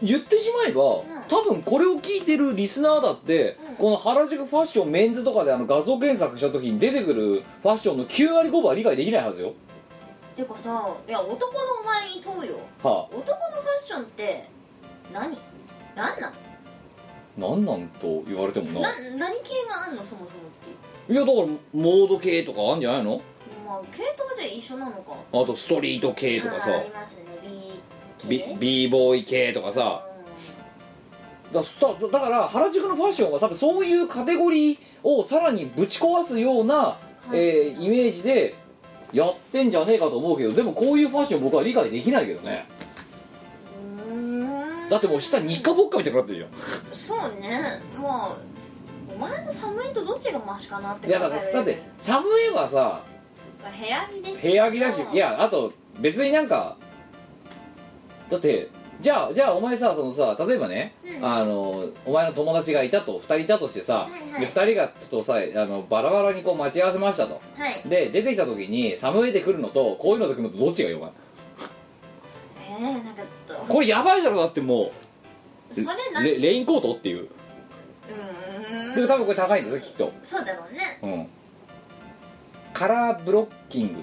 [SPEAKER 4] 言ってしまえば、多分これを聞いてるリスナーだって、
[SPEAKER 5] うん
[SPEAKER 4] この原宿ファッションメンズとかであの画像検索した時に出てくるファッションの9割5分は理解できないはずよ
[SPEAKER 5] ていうかさいや男のお前に問うよ
[SPEAKER 4] は
[SPEAKER 5] 男のファッションって何何なん
[SPEAKER 4] あなんなんと言われてもな
[SPEAKER 5] な何系があんのそもそもって
[SPEAKER 4] い
[SPEAKER 5] いう
[SPEAKER 4] やだからモード系とかあるんじゃないの
[SPEAKER 5] まあ系統じゃ一緒なのか
[SPEAKER 4] あとストリート系とかさ
[SPEAKER 5] あありますね B 系
[SPEAKER 4] ビビーボーイ系とかさだだだから原宿のファッションは多分そういうカテゴリーをさらにぶち壊すような、
[SPEAKER 5] はい
[SPEAKER 4] えーイメージでやってんじゃねえかと思うけどでもこういうファッション僕は理解できないけどね
[SPEAKER 5] うんうーん
[SPEAKER 4] だってもう下日課ぼっかみたいになってるじ
[SPEAKER 5] そうねまあお前の寒いとどっちがマシかなって
[SPEAKER 4] ゃんいやだからだって寒いはさ
[SPEAKER 5] まあ部屋着です
[SPEAKER 4] 部屋着だしい
[SPEAKER 5] や
[SPEAKER 4] やあと別になんかだってじゃあじゃあお前さそのさ例えばね、
[SPEAKER 5] うん
[SPEAKER 4] あのお前の友達がいたと2人いたとしてさ、
[SPEAKER 5] はいはい
[SPEAKER 4] で2人がとさあのバラバラにこう待ち合わせましたと
[SPEAKER 5] はい
[SPEAKER 4] で出てきた時に寒いで来るのとこういうので来るのとどっちがいいお前
[SPEAKER 5] えー、なんかど
[SPEAKER 4] これやばいだろだってもう
[SPEAKER 5] それ何
[SPEAKER 4] レレインコートっていう
[SPEAKER 5] うーん
[SPEAKER 4] でも多分これ高いんだよきっと
[SPEAKER 5] そうだろうね
[SPEAKER 4] うんカラーブロッキング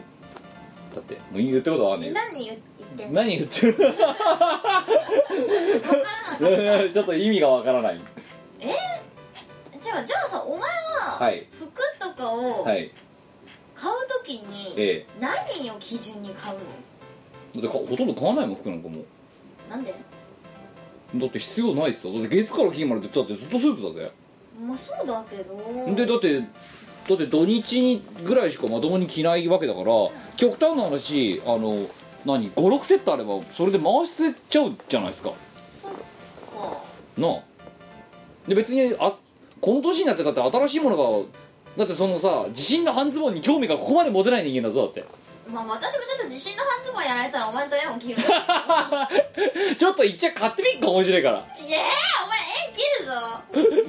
[SPEAKER 4] だってもう言ってることわかんないよ
[SPEAKER 5] 何言ってんの
[SPEAKER 4] 何言ってる ちょっと意味がわからない
[SPEAKER 5] てかじゃあさお前
[SPEAKER 4] は
[SPEAKER 5] はい服とかを
[SPEAKER 4] はい
[SPEAKER 5] 買うときに
[SPEAKER 4] え
[SPEAKER 5] 何を基準に買うの
[SPEAKER 4] えだってかほとんど買わないもん服なんかもう
[SPEAKER 5] なんで
[SPEAKER 4] だって必要ないっすよだって月から金までだってずっとスーツだぜ、
[SPEAKER 5] まあそうだけど
[SPEAKER 4] でだってだって土日にぐらいしかまともに着ないわけだから極端な話あの何56セットあればそれで回してっちゃうじゃないですか
[SPEAKER 5] そっか
[SPEAKER 4] なあで別にあこの年になってだって新しいものがだってそのさ自信の半ズボンに興味がここまで持てない人間だぞだって
[SPEAKER 5] まあ私もちょっと自信の半ズボンやられたらお前と絵も切る いや
[SPEAKER 4] ちょっと一応買ってみっか面白いから
[SPEAKER 5] ーお前絵切るぞ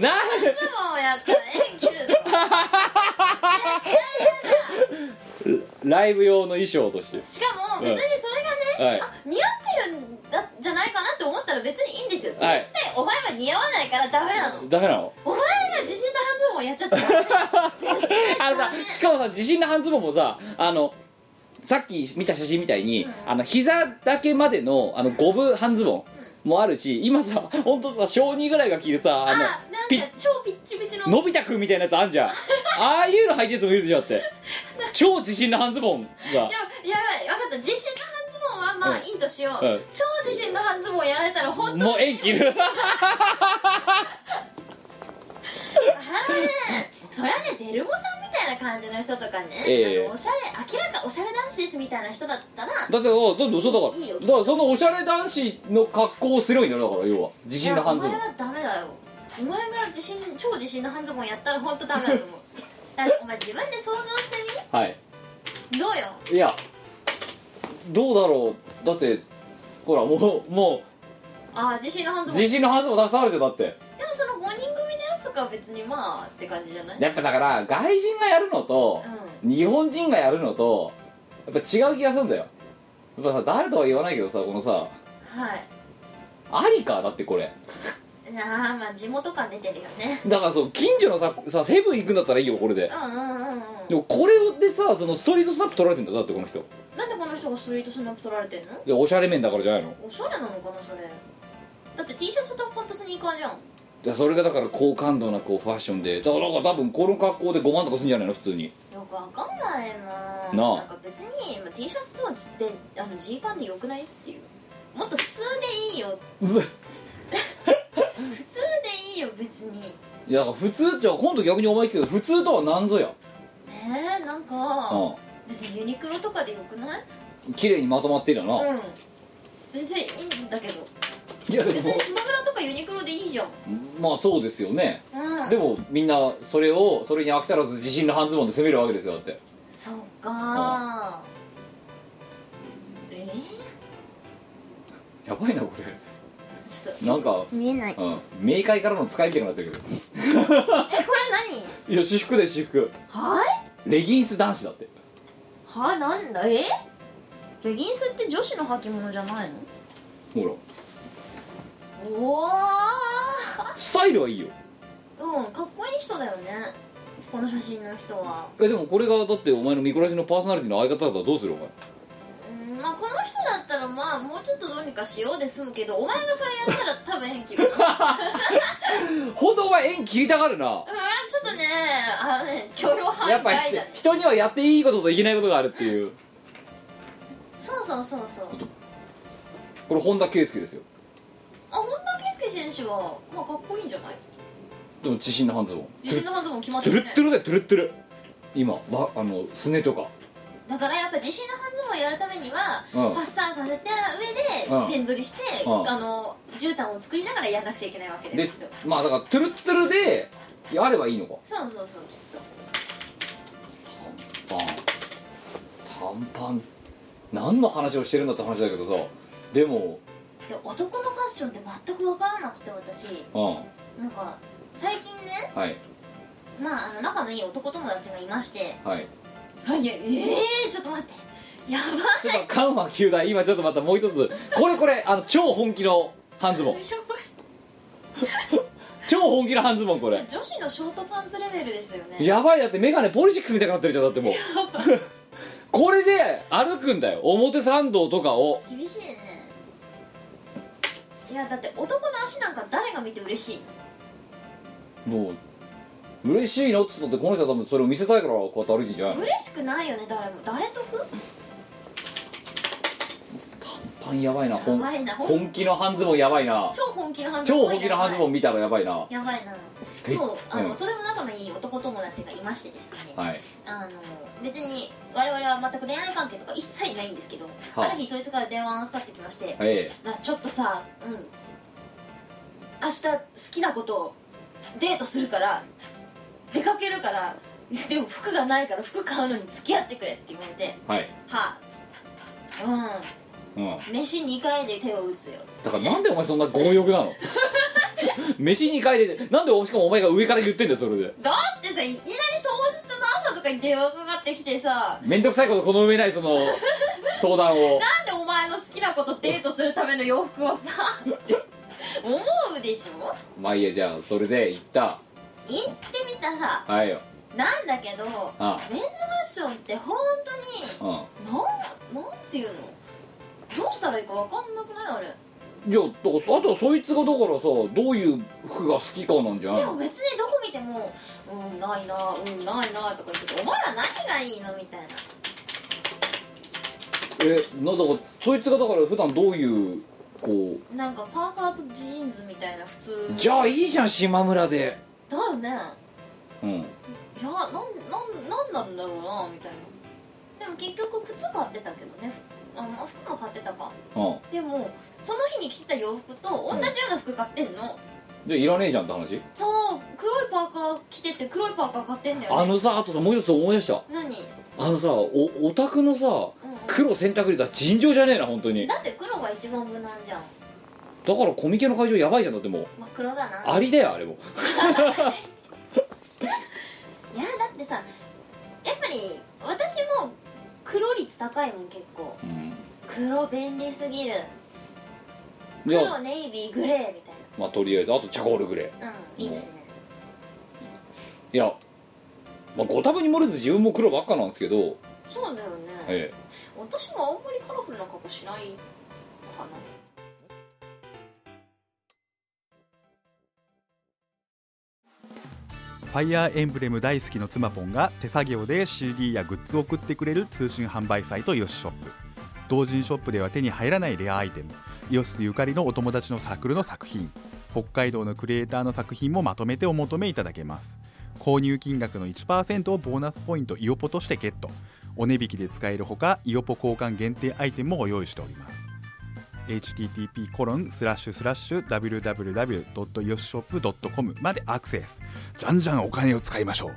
[SPEAKER 4] な
[SPEAKER 5] ズボンやったら絵切るぞ
[SPEAKER 4] ライブ用の衣装として
[SPEAKER 5] しかも別にそれがね、
[SPEAKER 4] はい
[SPEAKER 5] あ似合ってるんだじゃないかなって思ったら別にいいんですよ絶
[SPEAKER 4] はい
[SPEAKER 5] 対お前は似合わないからダメなの
[SPEAKER 4] ダメなの
[SPEAKER 5] お前が自信の半ズボンやっちゃったらね 絶対
[SPEAKER 4] あのさしかもさ自信の半ズボンもさあのさっき見た写真みたいに、あの膝だけまでのあの五分半ズボンもあるし今さ本当さ小2ぐらいが着るさあ
[SPEAKER 5] あ
[SPEAKER 4] の
[SPEAKER 5] なん
[SPEAKER 4] ピッ
[SPEAKER 5] か超ピッチピチの
[SPEAKER 4] のび太くんみたいなやつあんじゃんああいうの履いてると見るじゃんって超自信の半ズボンが
[SPEAKER 5] やばいやばい分かった自信の半ズボンはまあ
[SPEAKER 4] うん
[SPEAKER 5] いいとしよう、
[SPEAKER 4] うん
[SPEAKER 5] 超自信の半ズボンやられたら本当に
[SPEAKER 4] もう縁切 る
[SPEAKER 5] あれはねそりゃねデルモさんみたいなな感じの人とかね、
[SPEAKER 4] ええ
[SPEAKER 5] あのおしゃれ明らかおしゃれ男子ですみたいな人だったら
[SPEAKER 4] だっておだって嘘だから
[SPEAKER 5] いいよ
[SPEAKER 4] だからそのおしゃれ男子の格好をすればいいんだよだから要は自信の半ズ
[SPEAKER 5] い
[SPEAKER 4] ボ
[SPEAKER 5] や
[SPEAKER 4] ン
[SPEAKER 5] お前はダメだよお前が自信超自信の半ズボンやったら本当ダメだと思う だってお前自分で想像して
[SPEAKER 4] はい
[SPEAKER 5] みどうよ
[SPEAKER 4] いやどうだろうだってほらもうも
[SPEAKER 5] ああ自信の半
[SPEAKER 4] う
[SPEAKER 5] ズボン
[SPEAKER 4] 自信の半ズボンたくさんあるじゃんだって
[SPEAKER 5] でもその5人組のやつとかは別にまあって感じじゃない
[SPEAKER 4] やっぱだから外人がやるのと
[SPEAKER 5] う
[SPEAKER 4] 日本人がやるのとやっぱ違う気がするんだよやっぱさ誰とは言わないけどさこのさ
[SPEAKER 5] はい
[SPEAKER 4] ありかだってこれ
[SPEAKER 5] ああまあ地元感出てるよね
[SPEAKER 4] だからそう近所のささセブン行くんだったらいいよこれで
[SPEAKER 5] うんうんうんうん
[SPEAKER 4] でもこれでさそのストリートスナップ取られてんだよだってこの人
[SPEAKER 5] なんでこの人がストリートスナップ取られてんの
[SPEAKER 4] でおしゃれ面だからじゃないの
[SPEAKER 5] おしゃれなのかなそれだって T シャツとパンとスニーカーじゃん
[SPEAKER 4] でそれがだから高感度なこうファッションでだからなんか多分この格好で5万とかするんじゃないの普通に
[SPEAKER 5] よくわかんないな
[SPEAKER 4] なあ
[SPEAKER 5] なんか別に、まあ、T シャツとであのジーパンでよくないっていうもっと普通でいいよ普通でいいよ別に
[SPEAKER 4] いやだから普通って今度逆にお前聞くけど普通とは何ぞや
[SPEAKER 5] えー、なんか
[SPEAKER 4] う
[SPEAKER 5] 別にユニクロとかでよくない
[SPEAKER 4] ん綺麗にまとまってるよな、
[SPEAKER 5] うん全然いいんだけど
[SPEAKER 4] いやで
[SPEAKER 5] 別に島村とかユニクロでいいじゃん
[SPEAKER 4] もまあそうですよね
[SPEAKER 5] うん
[SPEAKER 4] でもみんなそれをそれに飽き足らず自信の半ズボンで攻めるわけですよだって
[SPEAKER 5] そうかえ
[SPEAKER 4] やばいなこ
[SPEAKER 5] ー、ちょっ
[SPEAKER 4] れなんか、
[SPEAKER 1] 見えない
[SPEAKER 4] うん、冥界からの使いみたいになってるけど
[SPEAKER 5] とえこれ
[SPEAKER 4] いや私服で私服
[SPEAKER 5] 何はい
[SPEAKER 4] レギンス男子だって
[SPEAKER 5] はいなんだえレギンスって女子の履物じゃないの
[SPEAKER 4] ほら
[SPEAKER 5] おー
[SPEAKER 4] スタイルはいいよ
[SPEAKER 5] うんかっこいい人だよねこの写真の人は
[SPEAKER 4] えでもこれがだってお前のミコラジのパーソナリティの相方だったらどうするお前
[SPEAKER 5] うんまあこの人だったらまあもうちょっとどうにかしようで済むけどお前がそれやったら多分変切 るなうんちょっ
[SPEAKER 4] 本当お前縁切りたがるな
[SPEAKER 5] とねあのね許容範囲
[SPEAKER 4] やっぱ
[SPEAKER 5] 外
[SPEAKER 4] り
[SPEAKER 5] だね
[SPEAKER 4] 人にはやっていいことといけないことがあるっていう
[SPEAKER 5] そうそうそうそう
[SPEAKER 4] これ本田圭佑ですよ
[SPEAKER 5] あ本田圭佑選手はまあかっこいいんじゃない
[SPEAKER 4] でも自信の半ズボン
[SPEAKER 5] 自信のはずも決まって
[SPEAKER 4] トゥ
[SPEAKER 5] る
[SPEAKER 4] ル
[SPEAKER 5] ね
[SPEAKER 4] ットゥルだよトゥルットゥル今わあのすねとか
[SPEAKER 5] だからやっぱ自信の半ズボンをやるためには、
[SPEAKER 4] うん
[SPEAKER 5] パッサーさせた
[SPEAKER 4] うん
[SPEAKER 5] 上で全剃りして、
[SPEAKER 4] うん
[SPEAKER 5] あの絨毯を作りながらやんなくちゃいけないわけで
[SPEAKER 4] で
[SPEAKER 5] きっと
[SPEAKER 4] まあだからトゥルットゥルであればいいのか
[SPEAKER 5] そうそうそうき
[SPEAKER 4] パ
[SPEAKER 5] っと
[SPEAKER 4] ン短パン何の話をしてるんだって話だけどさでも
[SPEAKER 5] で男のファッションって全く分からなくて私
[SPEAKER 4] うん
[SPEAKER 5] なんか最近ね
[SPEAKER 4] はい
[SPEAKER 5] まああの仲のいい男友達がいまして
[SPEAKER 4] はい
[SPEAKER 5] あいやええー、ちょっと待ってや
[SPEAKER 4] ちょっと緩和9大今ちょっとまたもう一つこれこれあの超本気の半ズボン
[SPEAKER 5] ばいやば
[SPEAKER 4] 超本気の半ズボンこれ
[SPEAKER 5] い女子のショートパンツレベルですよね
[SPEAKER 4] やばいだってメガネポリシックスみたいになってるじゃんだってもう これで歩くんだよ表参道とかを
[SPEAKER 5] 厳しいねいやだって男の足なんか誰が見て嬉しいの
[SPEAKER 4] もう嬉しいのっつったってこの人は多分それを見せたいからこうやって歩いてんじゃないの
[SPEAKER 5] 嬉しくないよね誰も誰得
[SPEAKER 4] パンやばいなほん
[SPEAKER 5] やばいなほん
[SPEAKER 4] 本気の半ズボンやばいな
[SPEAKER 5] 超本気の半ズボン
[SPEAKER 4] 超本気の半ズボン見たらやばいな
[SPEAKER 5] やばいやばいな
[SPEAKER 4] え
[SPEAKER 5] そうあの、
[SPEAKER 4] うん
[SPEAKER 5] とても仲のいい男友達がいましてですね、
[SPEAKER 4] はい
[SPEAKER 5] あの別に我々は全く恋愛関係とか一切ないんですけど、
[SPEAKER 4] はい
[SPEAKER 5] ある日そいつから電話がかかってきまして
[SPEAKER 4] え
[SPEAKER 5] 「なちょっとさうん」明日好きなことをデートするから出かけるからでも服がないから服買うのに付き合ってくれって言われて
[SPEAKER 4] えはい
[SPEAKER 5] 「はあ」つってう
[SPEAKER 4] うん
[SPEAKER 5] ん飯2回で手を打つよ
[SPEAKER 4] だからなんでお前そんな強欲なの 飯2回でなんでしかもお前が上から言ってんだよそれで
[SPEAKER 5] だってさいきなり当日の朝とかに電話かかってきてさ
[SPEAKER 4] 面倒くさいことこの上ないその相談を
[SPEAKER 5] なんでお前の好きな子とデートするための洋服をさって思うでしょ
[SPEAKER 4] まあいいやじゃあそれで行った
[SPEAKER 5] 言ってみたさ
[SPEAKER 4] はいよ
[SPEAKER 5] なんだけど
[SPEAKER 4] あ
[SPEAKER 5] メンズファッションって本当
[SPEAKER 4] うん
[SPEAKER 5] になんなんていうのどうしたらいいか分かんなくないあれ
[SPEAKER 4] いやだからあとはそいつがだからさどういう服が好きかなんじゃない
[SPEAKER 5] でも別にどこ見ても「うんないなうんないな」とか言ってて「お前ら何がいいの?」みたいな
[SPEAKER 4] えなんだかそいつがだから普段どういうこ
[SPEAKER 5] なんかパーカーとジーンズみたいな普通
[SPEAKER 4] うじゃあいいじゃん島村で
[SPEAKER 5] だよね
[SPEAKER 4] うんうん
[SPEAKER 5] いやなんなんなんなんだろうなみたいなでも結局靴買ってたけどねふあまあ服も買ってたか
[SPEAKER 4] うん
[SPEAKER 5] でもその日に着た洋服と同じような服買ってんの、
[SPEAKER 4] じゃあいらねえじゃんって話
[SPEAKER 5] そう黒いパーカー着てて黒いパーカー買ってんだよね
[SPEAKER 4] あのさあとさもう一つ思い出した
[SPEAKER 5] 何、うんうん
[SPEAKER 4] あのさおオタクのさ黒選択率は尋常じゃねえな本当にだ
[SPEAKER 5] だって黒が一番無難じゃん
[SPEAKER 4] からコミケの会場やばいじゃんだってもう
[SPEAKER 5] まあ黒だな
[SPEAKER 4] ありだよあれも
[SPEAKER 5] いやだってさやっぱり私も黒率高いもん結構
[SPEAKER 4] うん
[SPEAKER 5] 黒便利すぎる
[SPEAKER 4] じゃ
[SPEAKER 5] 黒
[SPEAKER 4] あ
[SPEAKER 5] ネイビーグレーみたい
[SPEAKER 4] まあとりあえずあとチャコールグレ
[SPEAKER 5] なうんいいですね
[SPEAKER 4] ーいやまあご多分に漏れず自分も黒ばっかなんですけど
[SPEAKER 5] そうだよね、
[SPEAKER 4] え
[SPEAKER 5] 私もあんまりカラフルな格好しないかな
[SPEAKER 6] ファイアーエンブレム大好きの妻ポンが手作業で CD やグッズを送ってくれる通信販売サイトイオシショップ同人ショップでは手に入らないレアアイテムイオシスゆかりのお友達のサークルの作品北海道のクリエイターの作品もまとめてお求めいただけます購入金額の1%をボーナスポイントイオポとしてゲットお値引きで使えるほかイオポ交換限定アイテムもご用意しております http コロンスラッシュスラッシュ www.yoshop.com までアクセスじゃんじゃんお金を使いましょう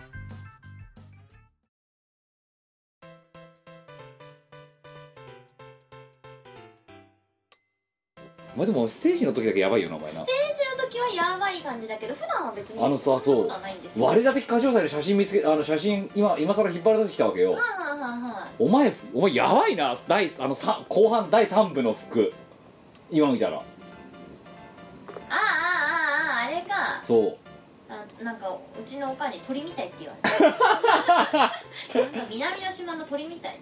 [SPEAKER 4] まあでもステージの時だけやばいよなお前な
[SPEAKER 5] ステージの時はやばい感じだけど普段は別に
[SPEAKER 4] あのさ
[SPEAKER 5] んなことはないんですよ
[SPEAKER 4] 我ら的歌唱祭の写真見つけあの写真今今更引っ張り出してきたわけよ
[SPEAKER 5] はいはいはいはい
[SPEAKER 4] お前お前やばいな第あのさ後半第3部の服今見たら
[SPEAKER 5] あああああああれか
[SPEAKER 4] そう
[SPEAKER 5] あなんかうちのおかんに鳥みたいって言われてなんか南の島の鳥みたい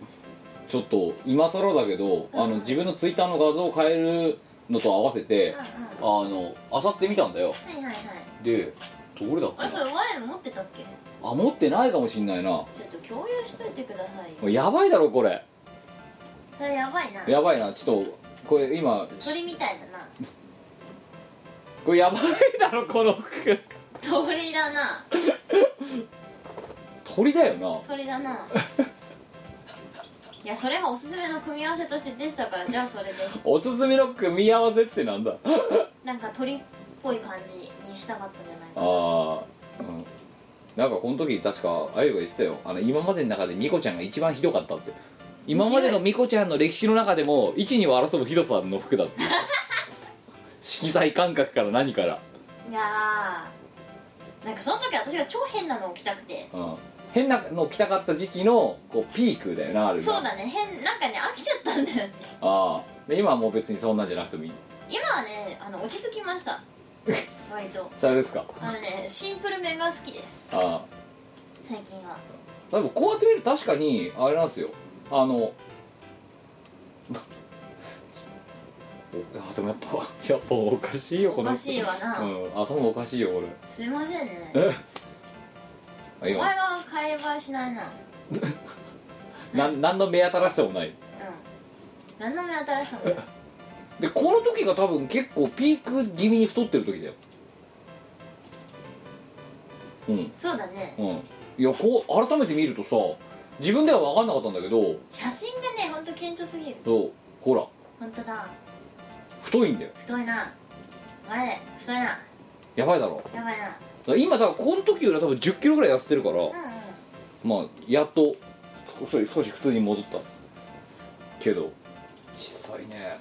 [SPEAKER 4] ちょっと今更だけど、あの自分のツイッターの画像を変えるのと合わせて
[SPEAKER 5] うんうん、は
[SPEAKER 4] あのあさって見たんだよ
[SPEAKER 5] いはいはい
[SPEAKER 4] でどれだっ
[SPEAKER 5] あれ
[SPEAKER 4] た
[SPEAKER 5] そ
[SPEAKER 4] か
[SPEAKER 5] れ
[SPEAKER 4] な
[SPEAKER 5] ワイン持ってたっけ
[SPEAKER 4] あ持ってないかもしんないなも
[SPEAKER 5] ちょっと共有しといてくださいよ
[SPEAKER 4] うやばいだろこれ
[SPEAKER 5] それやばいな
[SPEAKER 4] やばいなちょっとこれ今
[SPEAKER 5] 鳥みたいだな
[SPEAKER 4] これやばいだろこの服
[SPEAKER 5] 鳥だな
[SPEAKER 4] 鳥だよな
[SPEAKER 5] 鳥だないやそれがおすすめの組み合わせとして出てたからじゃあそれで
[SPEAKER 4] おすすめの組み合わせってなんだ
[SPEAKER 5] なんか鳥っぽい感じにしたかったんじゃない
[SPEAKER 4] あ
[SPEAKER 5] か
[SPEAKER 4] あうんなんかこの時確かあゆが言ってたよあの今までの中でミコちゃんが一番ひどかったって今までのミコちゃんの歴史の中でも12を争うひどさの服だって色彩感覚から何から、
[SPEAKER 5] いやーなんかその時私が超変なのを着たくて
[SPEAKER 4] うん、変なの着たかった時期のこうピークだよなあれが
[SPEAKER 5] そうだね変なんかね飽きちゃったんだよね
[SPEAKER 4] ああで今はもう別にそんなんじゃなくてもいい
[SPEAKER 5] 今はねあの落ち着きました割と
[SPEAKER 4] それですか
[SPEAKER 5] あのねシンプルめが好きです
[SPEAKER 4] ああ
[SPEAKER 5] 最近は
[SPEAKER 4] 多分こうやって見ると確かにあれなんですよあの おあでもやっぱやっぱおかしいよこの
[SPEAKER 5] おかしいわな
[SPEAKER 4] うん、頭おかしいよこれ
[SPEAKER 5] すいませんね
[SPEAKER 4] えあ
[SPEAKER 5] お前
[SPEAKER 4] 今
[SPEAKER 5] は会話しないなうん
[SPEAKER 4] なん何の目新しさもない
[SPEAKER 5] 何の目新しさもない
[SPEAKER 4] でこの時が多分結構ピーク気味に太ってる時だようん
[SPEAKER 5] そうだね
[SPEAKER 4] うんいやこう改めて見るとさ自分では分かんなかったんだけど
[SPEAKER 5] 写真がねほんと顕著すぎる
[SPEAKER 4] そうほら
[SPEAKER 5] ほんとだ
[SPEAKER 4] 太いんだよ
[SPEAKER 5] 太いなあれ太いなや
[SPEAKER 4] やばいだろ
[SPEAKER 5] ばいな
[SPEAKER 4] だから今多分この時よりは多分1 0キロぐらい痩せてるから、
[SPEAKER 5] うんうん
[SPEAKER 4] まあやっと少し少し普通に戻ったけど実際ね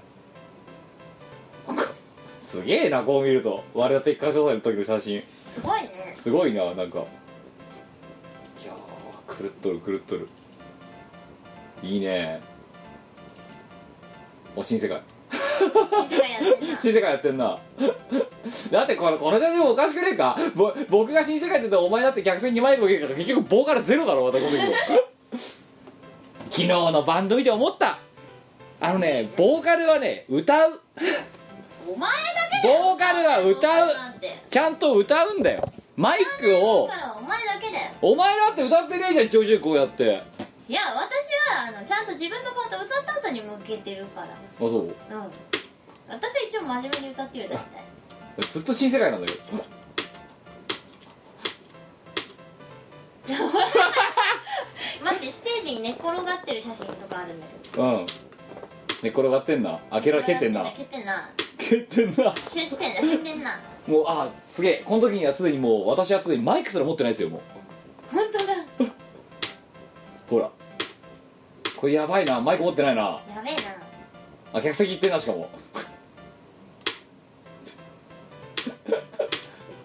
[SPEAKER 4] すげえなこう見ると我々的歌唱祭の時の写真
[SPEAKER 5] すごいね
[SPEAKER 4] すごいななんかいやー狂っとる狂っとるいいねお新世界
[SPEAKER 5] 新世界やってんな
[SPEAKER 4] 新世界やってんな だってこれこの写真もおかしくねえかぼ僕が新世界って言ったらお前だって逆線2枚でもいいけど結局棒からゼロだろまたこの時も 昨日のバンド見て思ったあのねボーカルはね歌う
[SPEAKER 5] お前だけだよ
[SPEAKER 4] ボーカルは歌う
[SPEAKER 5] なんて
[SPEAKER 4] ちゃんと歌うんだよマイクを
[SPEAKER 5] だからお前だけだよ
[SPEAKER 4] お前だって歌ってねえじゃんちょいちょいこうやってあ
[SPEAKER 5] いや私はあのちゃんと自分のパート歌った後に向けてるから
[SPEAKER 4] そう
[SPEAKER 5] うん私は一応真面目に歌ってるだ 体
[SPEAKER 4] ずっと新世界なんだけど
[SPEAKER 5] 待ってステージに寝っ転がってる写真とかあるんだけど
[SPEAKER 4] うん寝っ転がってんなあけら蹴ってんな
[SPEAKER 5] 蹴ってんな
[SPEAKER 4] 蹴ってんな
[SPEAKER 5] 蹴ってんな蹴ってんな
[SPEAKER 4] もうあすげえこの時には常にもう私は常にマイクすら持ってないですよもう
[SPEAKER 5] 本当だ
[SPEAKER 4] ほらこれやばいなマイク持ってないな
[SPEAKER 5] やべえな
[SPEAKER 4] あ客席行ってんなしかも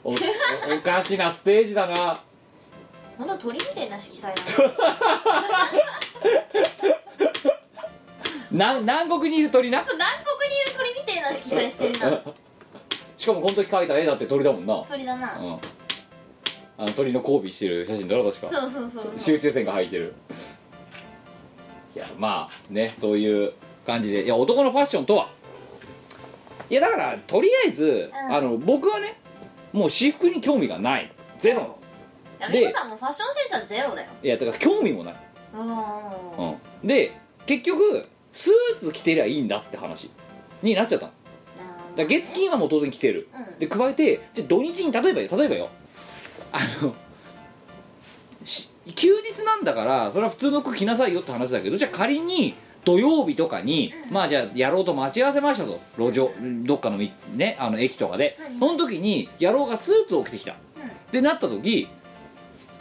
[SPEAKER 4] おおおかしなステージだな
[SPEAKER 5] 本当鳥みたいな色彩だな
[SPEAKER 4] な南国にいる鳥な
[SPEAKER 5] そう南国にいる鳥みたいな色彩してるな
[SPEAKER 4] しかもこの時描いた絵だって鳥だもんな、うん、
[SPEAKER 5] 鳥だな
[SPEAKER 4] あの鳥の交尾してる写真だろ確か
[SPEAKER 5] そうそうそうそう
[SPEAKER 4] 集中線が入ってるいやまあねそういう感じでいや男のファッションとはいやだからとりあえず、
[SPEAKER 5] うん
[SPEAKER 4] あの僕はねもう私服に興味がないゼロ
[SPEAKER 5] やめこさんもファッションセンスはゼロだよ
[SPEAKER 4] いやだから興味もない、
[SPEAKER 5] うーん
[SPEAKER 4] うん、で結局スーツ着てりゃいいんだって話になっちゃったのだから月金はもう当然着てる、
[SPEAKER 5] うん
[SPEAKER 4] で加えてじゃあ土日に例えばよ例えばよあのし休日なんだからそれは普通の服着なさいよって話だけどじゃあ仮に土曜日とかに、まあじゃあ野郎と待ち合わせましたと路上どっかのみねあの駅とかで、
[SPEAKER 5] うん
[SPEAKER 4] その時に野郎がスーツを着てきた、
[SPEAKER 5] うん
[SPEAKER 4] でなった時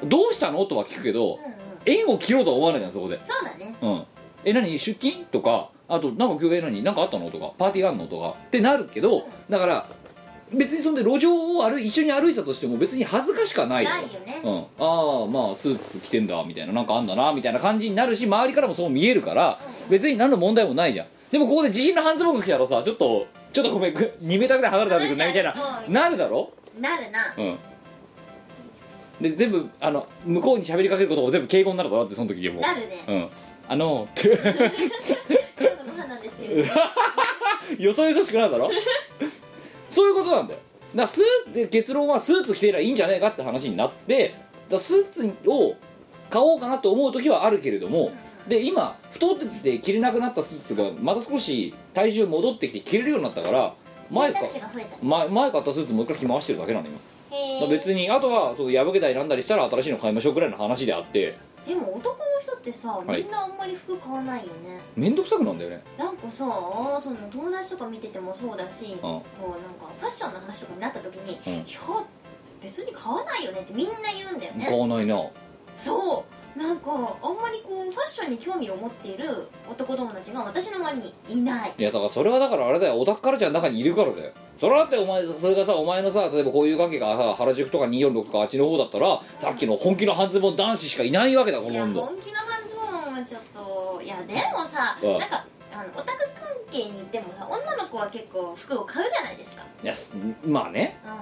[SPEAKER 4] どうしたのとは聞くけど、
[SPEAKER 5] うんうん
[SPEAKER 4] 縁を切ろうとは思わないじゃんそこで
[SPEAKER 5] そうだね
[SPEAKER 4] うん、え何出勤とかあとなんか今日え何なんかあったのとかパーティーあんのとかってなるけどだから別にそんで路上を歩い一緒に歩いたとしても別に恥ずかしかないの
[SPEAKER 5] ないよね
[SPEAKER 4] うん、ああまあスーツ着てんだみたいななんかあんだなみたいな感じになるし周りからもそう見えるから別に何の問題もないじゃんでもここで自信の半ズボンが来たらさちょっとちょっとごめん2メーターぐらい離れたんだけどねみたいな
[SPEAKER 5] うん
[SPEAKER 4] なるだろ
[SPEAKER 5] なるな
[SPEAKER 4] うんで全部あの向こうに喋りかけることも全部敬語になるだろってその時もう
[SPEAKER 5] なるね
[SPEAKER 4] うんあの って
[SPEAKER 5] ご飯なんですけれど
[SPEAKER 4] よそよそしくなるだろ そういうことなんだよだからスーで結論はスーツ着てりゃいいんじゃねえかって話になってだからスーツを買おうかなと思う時はあるけれどもで今太ってて着れなくなったスーツがまた少し体重戻ってきて着れるようになったから 前
[SPEAKER 5] 選
[SPEAKER 4] か
[SPEAKER 5] 択肢が増えた
[SPEAKER 4] 前前買ったスーツもう一回着回してるだけなの今だか
[SPEAKER 5] へ
[SPEAKER 4] ら
[SPEAKER 5] ー
[SPEAKER 4] 別にあとはそう破けたりなんだりしたら新しいの買いましょうぐらいの話であって
[SPEAKER 5] でも男の人ってさ
[SPEAKER 4] い
[SPEAKER 5] みんなあんまり服買わないよね、
[SPEAKER 4] 面倒くさくなんだよね
[SPEAKER 5] なんかさその友達とか見ててもそうだし、こうなんかファッションの話とかになった時に、
[SPEAKER 4] うん
[SPEAKER 5] いや別に買わないよねってみんな言うんだよ
[SPEAKER 4] 買
[SPEAKER 5] ね
[SPEAKER 4] わないな
[SPEAKER 5] そうなんかあんまりこうファッションに興味を持っている男友達が私の周りにいない
[SPEAKER 4] いやだからそれはだからあれだよオタクカルチャーの中にいるからだよそれだってお前それがさお前のさ例えばこういう関係がさ原宿とか246とかあっちの方だったらさっきの本気の半ズボン男子しかいないわけだこ
[SPEAKER 5] い
[SPEAKER 4] の
[SPEAKER 5] や
[SPEAKER 4] 温度
[SPEAKER 5] 本気の半ズボンはちょっといやでもさ
[SPEAKER 4] うん
[SPEAKER 5] なんかあのオタク関係にいてもさ女の子は結構服を買うじゃないですか
[SPEAKER 4] いやすまあね
[SPEAKER 5] うん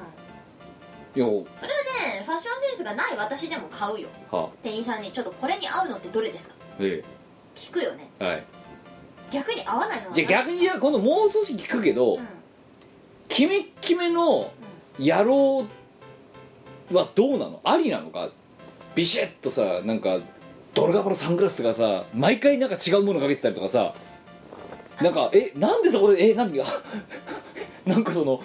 [SPEAKER 4] よ
[SPEAKER 5] それはねファッションセンスがない私でも買うよ
[SPEAKER 4] は
[SPEAKER 5] 店員さんに「ちょっとこれに合うのってどれですか?
[SPEAKER 4] え」
[SPEAKER 5] 聞くよね
[SPEAKER 4] えはい
[SPEAKER 5] 逆に合わないのは
[SPEAKER 4] じゃあ逆にじゃあ今度もう少し聞くけど、
[SPEAKER 5] うん
[SPEAKER 4] キメッキメの野郎はどうなのありなのかビシッとさなんかドルガバのサングラスがさ毎回なんか違うものかけてたりとかさなんかえなんでそこでえなんで なんかその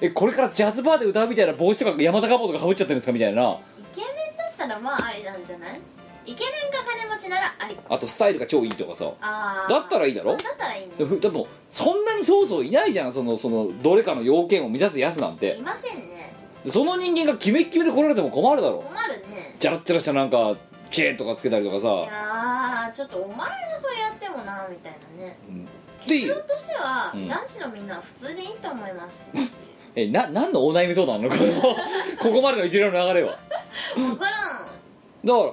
[SPEAKER 4] えこれからジャズバーで歌うみたいな帽子とか山高帽とかかぶっちゃってるんですかみたいな
[SPEAKER 5] イケメンだったらまあありなんじゃないイケメンか金持ちならあり
[SPEAKER 4] あとスタイルが超いいとかさ
[SPEAKER 5] あー
[SPEAKER 4] だったらいいだろ
[SPEAKER 5] だったらいいね
[SPEAKER 4] でもでもそんなにそうそういないじゃんそのそのどれかの要件を満たすやつなんて
[SPEAKER 5] いませんね
[SPEAKER 4] その人間がキメッキメで来られても困るだろ
[SPEAKER 5] 困るね
[SPEAKER 4] ジャラッジャラしたなんかチェーンとかつけたりとか
[SPEAKER 5] い
[SPEAKER 4] さ
[SPEAKER 5] やーちょっとお前がそれやってもなみたいなね
[SPEAKER 4] うん
[SPEAKER 5] 結論としては、
[SPEAKER 4] うん
[SPEAKER 5] 男子のみんなは普通でいいと思います
[SPEAKER 4] えな何のお悩み相談なの このここまでの一連の流れはだか
[SPEAKER 5] 分からん
[SPEAKER 4] ら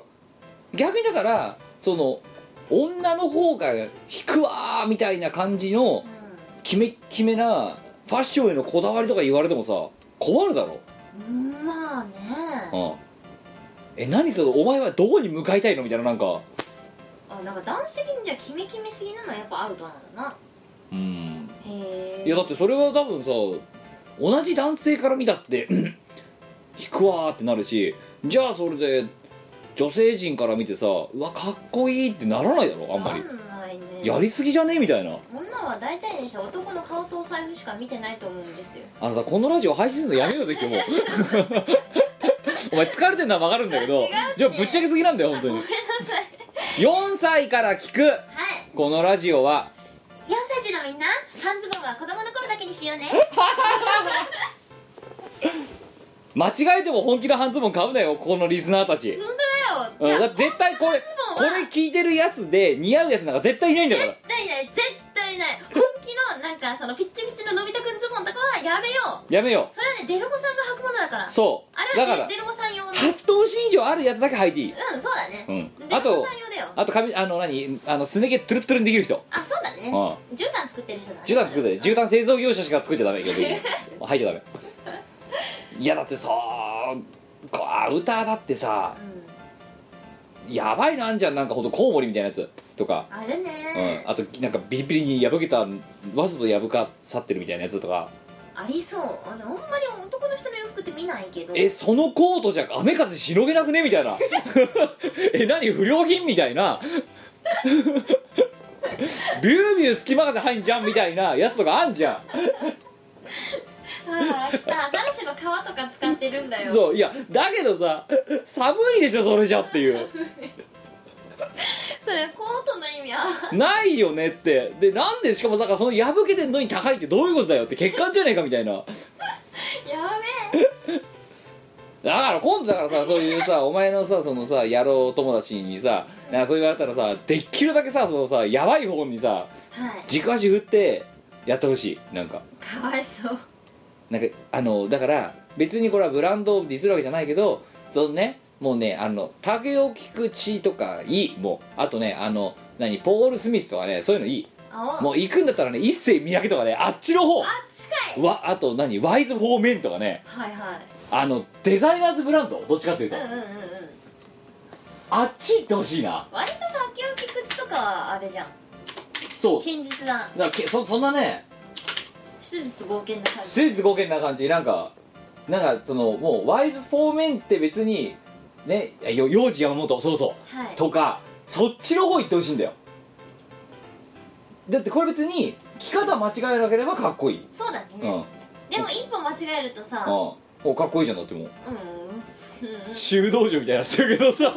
[SPEAKER 4] 逆にだからその女の方が引くわーみたいな感じのキメッキメなファッションへのこだわりとか言われてもさ困るだろ、
[SPEAKER 5] うんうんまあね
[SPEAKER 4] うん、え何そのお前はどこに向かいたいのみたいななんか
[SPEAKER 5] ああなんか男子的にじゃあキメキメすぎなのはやっぱアウトなんだな
[SPEAKER 4] うん
[SPEAKER 5] へ
[SPEAKER 4] いや
[SPEAKER 5] え
[SPEAKER 4] だってそれは多分さ同じ男性から見たって うん引くわーってなるしじゃあそれで女性陣から見てさうわかっこいいってならないだろあんまり
[SPEAKER 5] なんないね
[SPEAKER 4] やりすぎじゃねえみたいな
[SPEAKER 5] 女は大体にして男の顔とお財布しか見てないと思うんですよ
[SPEAKER 4] あのさこのラジオ配信するのやめようぜ今日もう お前疲れてんのは分かるんだけど
[SPEAKER 5] 違うって
[SPEAKER 4] じゃあぶっちゃけすぎなんだよ本当に
[SPEAKER 5] さい
[SPEAKER 4] 4歳から聞く
[SPEAKER 5] はい
[SPEAKER 4] このラジオは
[SPEAKER 5] 4歳児のみんな半ズボンは子供の頃だけにしよ うね
[SPEAKER 4] 間違えても本気の半ズボン買うなよここのリスナーたち、
[SPEAKER 5] 本当
[SPEAKER 4] うん、
[SPEAKER 5] だ
[SPEAKER 4] だ
[SPEAKER 5] よい
[SPEAKER 4] って絶対これこ
[SPEAKER 5] 本当の半ズボンは
[SPEAKER 4] れ聞いてるやつで似合うやつなんか絶対いないんだから
[SPEAKER 5] 絶対ない絶対ない本気のなんかそのピッチピチののび太くんズボンとかはやめよう
[SPEAKER 4] やめよ
[SPEAKER 5] それはねデルモさんが履くものだから
[SPEAKER 4] うそう
[SPEAKER 5] あれ
[SPEAKER 4] だ
[SPEAKER 5] は
[SPEAKER 4] から
[SPEAKER 5] デデルモさん用の
[SPEAKER 4] 8頭身以上あるやつだけ履いていい
[SPEAKER 5] うんそうだね、
[SPEAKER 4] うん
[SPEAKER 5] デ
[SPEAKER 4] あ
[SPEAKER 5] ルモ
[SPEAKER 4] と
[SPEAKER 5] さん用だよ
[SPEAKER 4] あと髪あの何あのすね毛トゥルットゥルにできる人
[SPEAKER 5] あそうだね
[SPEAKER 4] う
[SPEAKER 5] 絨毯作ってる人だね
[SPEAKER 4] 絨毯作 って絨毯製造業者しか作っちゃダメ基本的に履いちゃダメいやだってさこうアウターだってさ
[SPEAKER 5] うん
[SPEAKER 4] やばいのあんじゃんなんかほんとコウモリみたいなやつとか
[SPEAKER 5] あるね
[SPEAKER 4] うん、あとなんかビリビリに破けたわざと破かさってるみたいなやつとか
[SPEAKER 5] ありそうあでもあんまり男の人の洋服って見ないけど
[SPEAKER 4] えそのコートじゃ雨風しのげなくねみたいな え何不良品みたいな ビュービュー隙間風入んじゃんみたいなやつとかあんじゃ
[SPEAKER 5] あー来たアザラシの皮とか使ってるんだ
[SPEAKER 4] ん
[SPEAKER 5] よ
[SPEAKER 4] そういやだけどさ寒いでしょそれじゃっていう
[SPEAKER 5] それコートの意味は
[SPEAKER 4] ないよねってでなんでしかもだからその破けてんのに高いってどういうことだよって欠陥じゃねえかみたいな
[SPEAKER 5] や
[SPEAKER 4] だから今度だからさそういうさ お前のさそのさ野郎友達にさなんかそう言われたらさできるだけさそのさやばい方にさ
[SPEAKER 5] べえはい
[SPEAKER 4] 軸足振ってやってほしいなんか
[SPEAKER 5] かわいそう
[SPEAKER 4] なんかあのだから別にこれはブランドをディスるわけじゃないけどそのねもうねあの竹尾菊池とかいいもうあとねあの何ポール・スミスとかねそういうのいい
[SPEAKER 5] あお
[SPEAKER 4] もう行くんだったらね一世三宅とかねあっちの方
[SPEAKER 5] あ近い
[SPEAKER 4] わあと何ワイズ・フォー・メンとかね
[SPEAKER 5] はいはい
[SPEAKER 4] あのデザイナーズブランドどっちかっていう
[SPEAKER 5] う
[SPEAKER 4] と
[SPEAKER 5] んうんうんうん
[SPEAKER 4] あっち行ってほしいな
[SPEAKER 5] 割と竹尾菊池とかはあれじゃん
[SPEAKER 4] そう
[SPEAKER 5] 堅実な
[SPEAKER 4] だからけそそんなね
[SPEAKER 5] 手術合憲な感じ
[SPEAKER 4] 手術合憲な感じなんかなんかそのもうワイズフォーメンって別にねよ幼児山本そうそう
[SPEAKER 5] はい
[SPEAKER 4] とかそっちの方行ってほしいんだよだってこれ別に着方間違えなければかっこいい
[SPEAKER 5] そうだね、
[SPEAKER 4] うん、うん、
[SPEAKER 5] でも一歩間違えるとさうん
[SPEAKER 4] もうかっこいいじゃんだってもう
[SPEAKER 5] うんうん
[SPEAKER 4] 修道場みたいになってるけど さ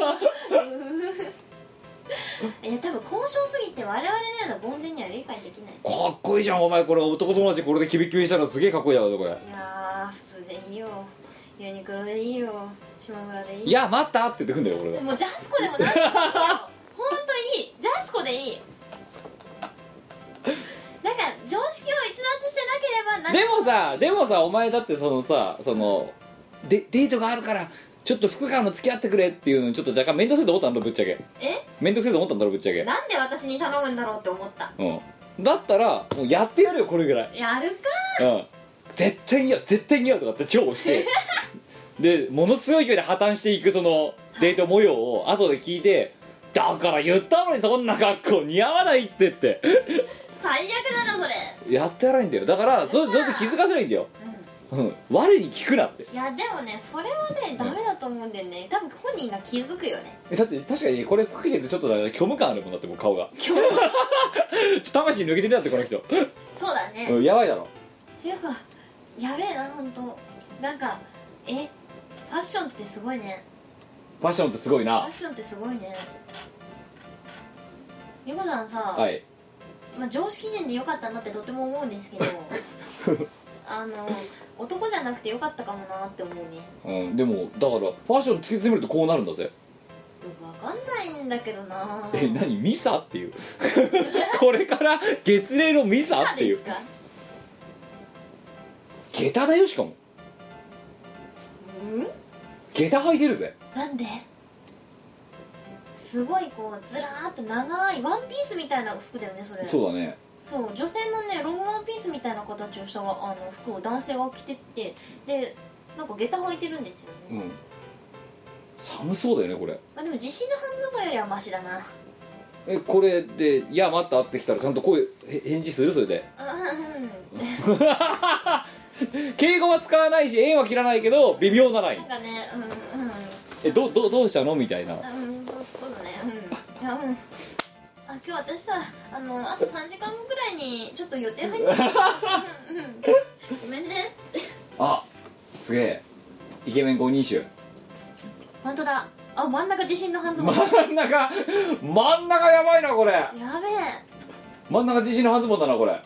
[SPEAKER 5] いや多分交渉すぎて我々のような凡人には理解できない
[SPEAKER 4] かっこいいじゃんお前これ男友達これでキビキビしたらすげえかっこいいだろこれ
[SPEAKER 5] いやー普通でいいよユニクロでいいよ島村でいいよ
[SPEAKER 4] いや待ったって言ってくんだよ俺が
[SPEAKER 5] もうジャスコでもなんでもいいよ ほんといいジャスコでいいなんか常識を逸脱してなければ何
[SPEAKER 4] でもさでもさお前だってそのさそのでデートがあるからちょっと福川の付き合ってくれっていうのにちょっと若干面倒くせえと思ったんだろぶっちゃけ
[SPEAKER 5] え
[SPEAKER 4] 面倒くせえと思ったんだろぶっちゃけ
[SPEAKER 5] なんで私に頼むんだろうって思った
[SPEAKER 4] うんだったらもうやってやるよこれぐらい
[SPEAKER 5] やるか
[SPEAKER 4] うん絶対似合う絶対似合うとかって超押して でものすごい勢いで破綻していくそのデート模様を後で聞いてだから言ったのにそんな格好似合わないってって
[SPEAKER 5] 最悪だなそれ
[SPEAKER 4] やってやらないんだよだからそれそれって気づかせないんだよ、
[SPEAKER 5] うん
[SPEAKER 4] うん、我に聞くなって
[SPEAKER 5] いやでもねそれはねダメだと思うんだよね多分本人が気づくよね
[SPEAKER 4] えだって確かにこれ服着てるとちょっとなんか虚無感あるもんだってもう顔がちょ っと魂抜けてるだってこの人、
[SPEAKER 5] そうだね、
[SPEAKER 4] うん、やばいだろ
[SPEAKER 5] っていうかやべえなほんとなんかえファッションってすごいね
[SPEAKER 4] ファッションってすごい
[SPEAKER 5] ファ
[SPEAKER 4] な
[SPEAKER 5] ッションってすごいねリコさんさ、
[SPEAKER 4] はい
[SPEAKER 5] まあ、常識人でよかったなってとても思うんですけ どあの男じゃなくてよかったかもなって思うね
[SPEAKER 4] うん、でもだからファッション突き詰めるとこうなるんだぜ、
[SPEAKER 5] よくわかんないんだけどな
[SPEAKER 4] え何ミサって いうこれから月齢のミサ
[SPEAKER 5] さ
[SPEAKER 4] ってい
[SPEAKER 5] で
[SPEAKER 4] う
[SPEAKER 5] すか
[SPEAKER 4] 下駄だよしかも
[SPEAKER 5] うん
[SPEAKER 4] 下駄履いてるぜ
[SPEAKER 5] なんですごいこうずらーっと長いワンピースみたいな服だよねそれ
[SPEAKER 4] そうだね
[SPEAKER 5] そう女性のねロングワンピースみたいな形をしたあの服を男性が着てってでなんか下駄履いてるんですよね、
[SPEAKER 4] うん寒そうだよねこれ
[SPEAKER 5] まあ、でも地震の半ズボンよりはマシだな
[SPEAKER 4] えこれで「いや待った」ってきたらちゃんと声へ返事するそれで
[SPEAKER 5] あうん
[SPEAKER 4] 敬語は使わないし縁は切らないけど微妙なライ
[SPEAKER 5] なん
[SPEAKER 4] ン
[SPEAKER 5] かねうんう
[SPEAKER 4] えどどどうしたのみたいなん
[SPEAKER 5] うんそうそうだねうんいやうんあ今日私さあのあと3時間後ぐらいにちょっと予定入ってたうんうんごめんねつって
[SPEAKER 4] あすげえイケメン5人衆
[SPEAKER 5] 本当だあ真ん中地震の半ズボンや
[SPEAKER 4] 真ん中真ん中やばいなこれ
[SPEAKER 5] べえ
[SPEAKER 4] 真ん中自信の半ズボンだなこれ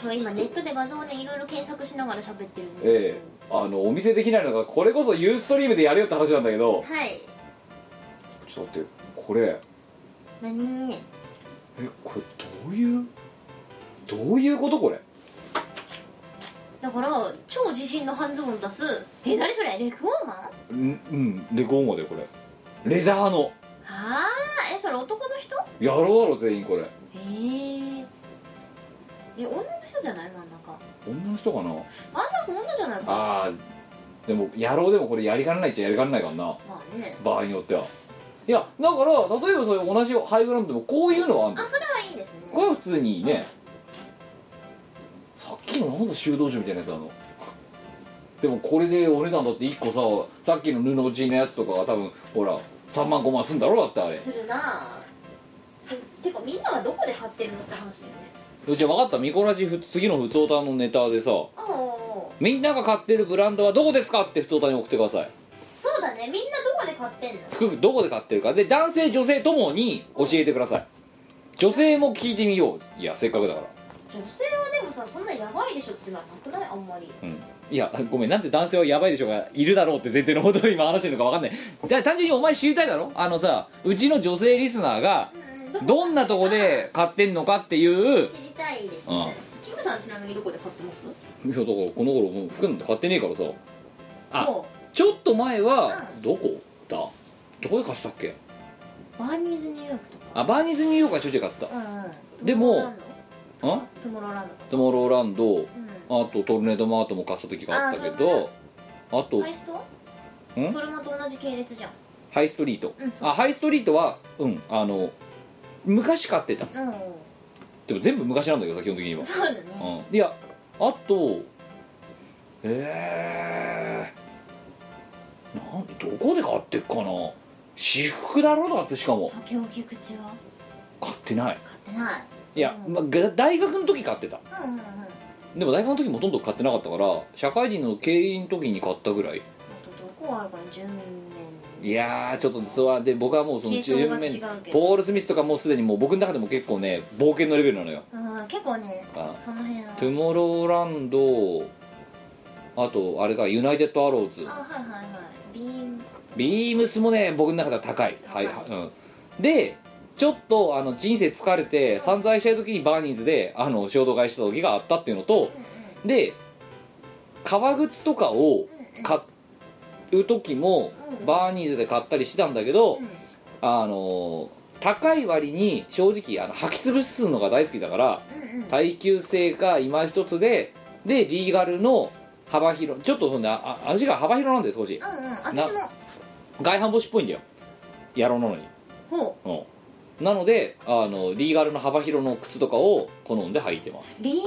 [SPEAKER 5] これ今ネットで画像をねいろいろ検索しながら喋ってるんですけど
[SPEAKER 4] ええあのお見せできないのがこれこそユーストリームでやるよって話なんだけど
[SPEAKER 5] はい
[SPEAKER 4] ちょっと待ってこれ
[SPEAKER 5] 何
[SPEAKER 4] えこれどういうどういうことこれ
[SPEAKER 5] だから超自信の半ズボン出すえ何それレクオーマン
[SPEAKER 4] んうんレコーマだよこれレザーの
[SPEAKER 5] あーえそれ男の人
[SPEAKER 4] やろうだろ全員これ
[SPEAKER 5] へええ女の人じゃない真ん中
[SPEAKER 4] 女の人かな
[SPEAKER 5] 真ん中女じゃないかな
[SPEAKER 4] あーでもやろうでもこれやりかねないっちゃやりかねないからな
[SPEAKER 5] まあね
[SPEAKER 4] 場合によってはいやだから例えばそういう同じハイブランドでもこういうのはあんだ
[SPEAKER 5] あ
[SPEAKER 4] よ
[SPEAKER 5] それはいいですね
[SPEAKER 4] これは普通にいいねさっきのなんだ修道士みたいなやつなのでもこれでお値段だって1個ささっきの布地のやつとかが多分ほら3万5万すんだろだってあれ
[SPEAKER 5] するなあそてかみんなはどこで買ってるのって話だよね
[SPEAKER 4] じゃあ分かったミコラジふ次の普通歌のネタでさ
[SPEAKER 5] ああ
[SPEAKER 4] みんなが買ってるブランドはどこですかって普通歌に送ってください
[SPEAKER 5] そうだねみんなどこで買ってんの
[SPEAKER 4] 服どこで買ってるかで男性女性ともに教えてください女性も聞いてみよういやせっかくだから
[SPEAKER 5] 女性はでもさそんなやばいでしょっていうのはなくないあんまり
[SPEAKER 4] うんいやごめんなんで男性はやばいでしょうがいるだろうって前提のことを今話してるのか分かんないだ単純にお前知りたいだろあのさうちの女性リスナーが
[SPEAKER 5] うん
[SPEAKER 4] どんなとこで買ってんのかっていういや
[SPEAKER 5] 知りたいです
[SPEAKER 4] ああ
[SPEAKER 5] ねキムさんちなみにどこで買ってます
[SPEAKER 4] だからこの頃もう服なんて買ってねえからさあ
[SPEAKER 5] も
[SPEAKER 4] ちょっと前は
[SPEAKER 5] うん
[SPEAKER 4] どこだどこで買ってたっけ
[SPEAKER 5] うバーニーズニューヨークとか
[SPEAKER 4] あバーニーズニューヨークはちょいちょい買って
[SPEAKER 5] うんうん
[SPEAKER 4] でもたん
[SPEAKER 5] トモローランドト
[SPEAKER 4] トモローランド
[SPEAKER 5] モローランド
[SPEAKER 4] あとトルネードマートも買った時があったけどあ
[SPEAKER 5] う
[SPEAKER 4] と
[SPEAKER 5] んハイスト
[SPEAKER 4] ん
[SPEAKER 5] トルマと同じ系列じゃん
[SPEAKER 4] ハイストリート、
[SPEAKER 5] うんそう
[SPEAKER 4] あハイストリートはうんあの昔買ってた
[SPEAKER 5] うん
[SPEAKER 4] でも全部昔なんだけどさ基本的には、
[SPEAKER 5] そうだね
[SPEAKER 4] うん、いやあとえー、なんどこで買ってっかな私服だろだってしかも
[SPEAKER 5] 竹尾菊池は
[SPEAKER 4] 買ってない
[SPEAKER 5] 買ってない
[SPEAKER 4] いや、
[SPEAKER 5] うん
[SPEAKER 4] まあ、が大学の時買ってた
[SPEAKER 5] うんうんうんあ
[SPEAKER 4] でも大学の時もほとんど買ってなかったから社会人の経営の時に買ったぐらい
[SPEAKER 5] とどこがあるかな10面
[SPEAKER 4] いやーちょっとそはで僕はもうその
[SPEAKER 5] 系統が違
[SPEAKER 4] 面
[SPEAKER 5] うけど
[SPEAKER 4] ポール・スミスとかもうすでにもう僕の中でも結構ね冒険のレベルなのよ
[SPEAKER 5] うん結構ね
[SPEAKER 4] あ
[SPEAKER 5] その辺は
[SPEAKER 4] トゥモローランドあとあれかユナイテッドアローズ
[SPEAKER 5] あはいはいはいビーム
[SPEAKER 4] ビームスもね僕の中では高いはい、
[SPEAKER 5] 高
[SPEAKER 4] う
[SPEAKER 5] い
[SPEAKER 4] ん、でちょっとあの人生疲れて散財したい時にバーニーズであの衝動買いした時があったっていうのと
[SPEAKER 5] う
[SPEAKER 4] で革靴とかを
[SPEAKER 5] んうんうんうん
[SPEAKER 4] 買う時も
[SPEAKER 5] うん
[SPEAKER 4] バーニーズで買ったりしてたんだけど、あの高い割に正直あの履き潰すのが大好きだから
[SPEAKER 5] うんうんうん
[SPEAKER 4] 耐久性が今一つででリーガルの幅広ちょっとそんなあ足が幅広なんで少し
[SPEAKER 5] うんうん私も
[SPEAKER 4] 外反母趾っぽいんだよ野郎なのに
[SPEAKER 5] ほ
[SPEAKER 4] うんなのであのリーガルの幅広の靴とかを好んで履いてます
[SPEAKER 5] うリーガ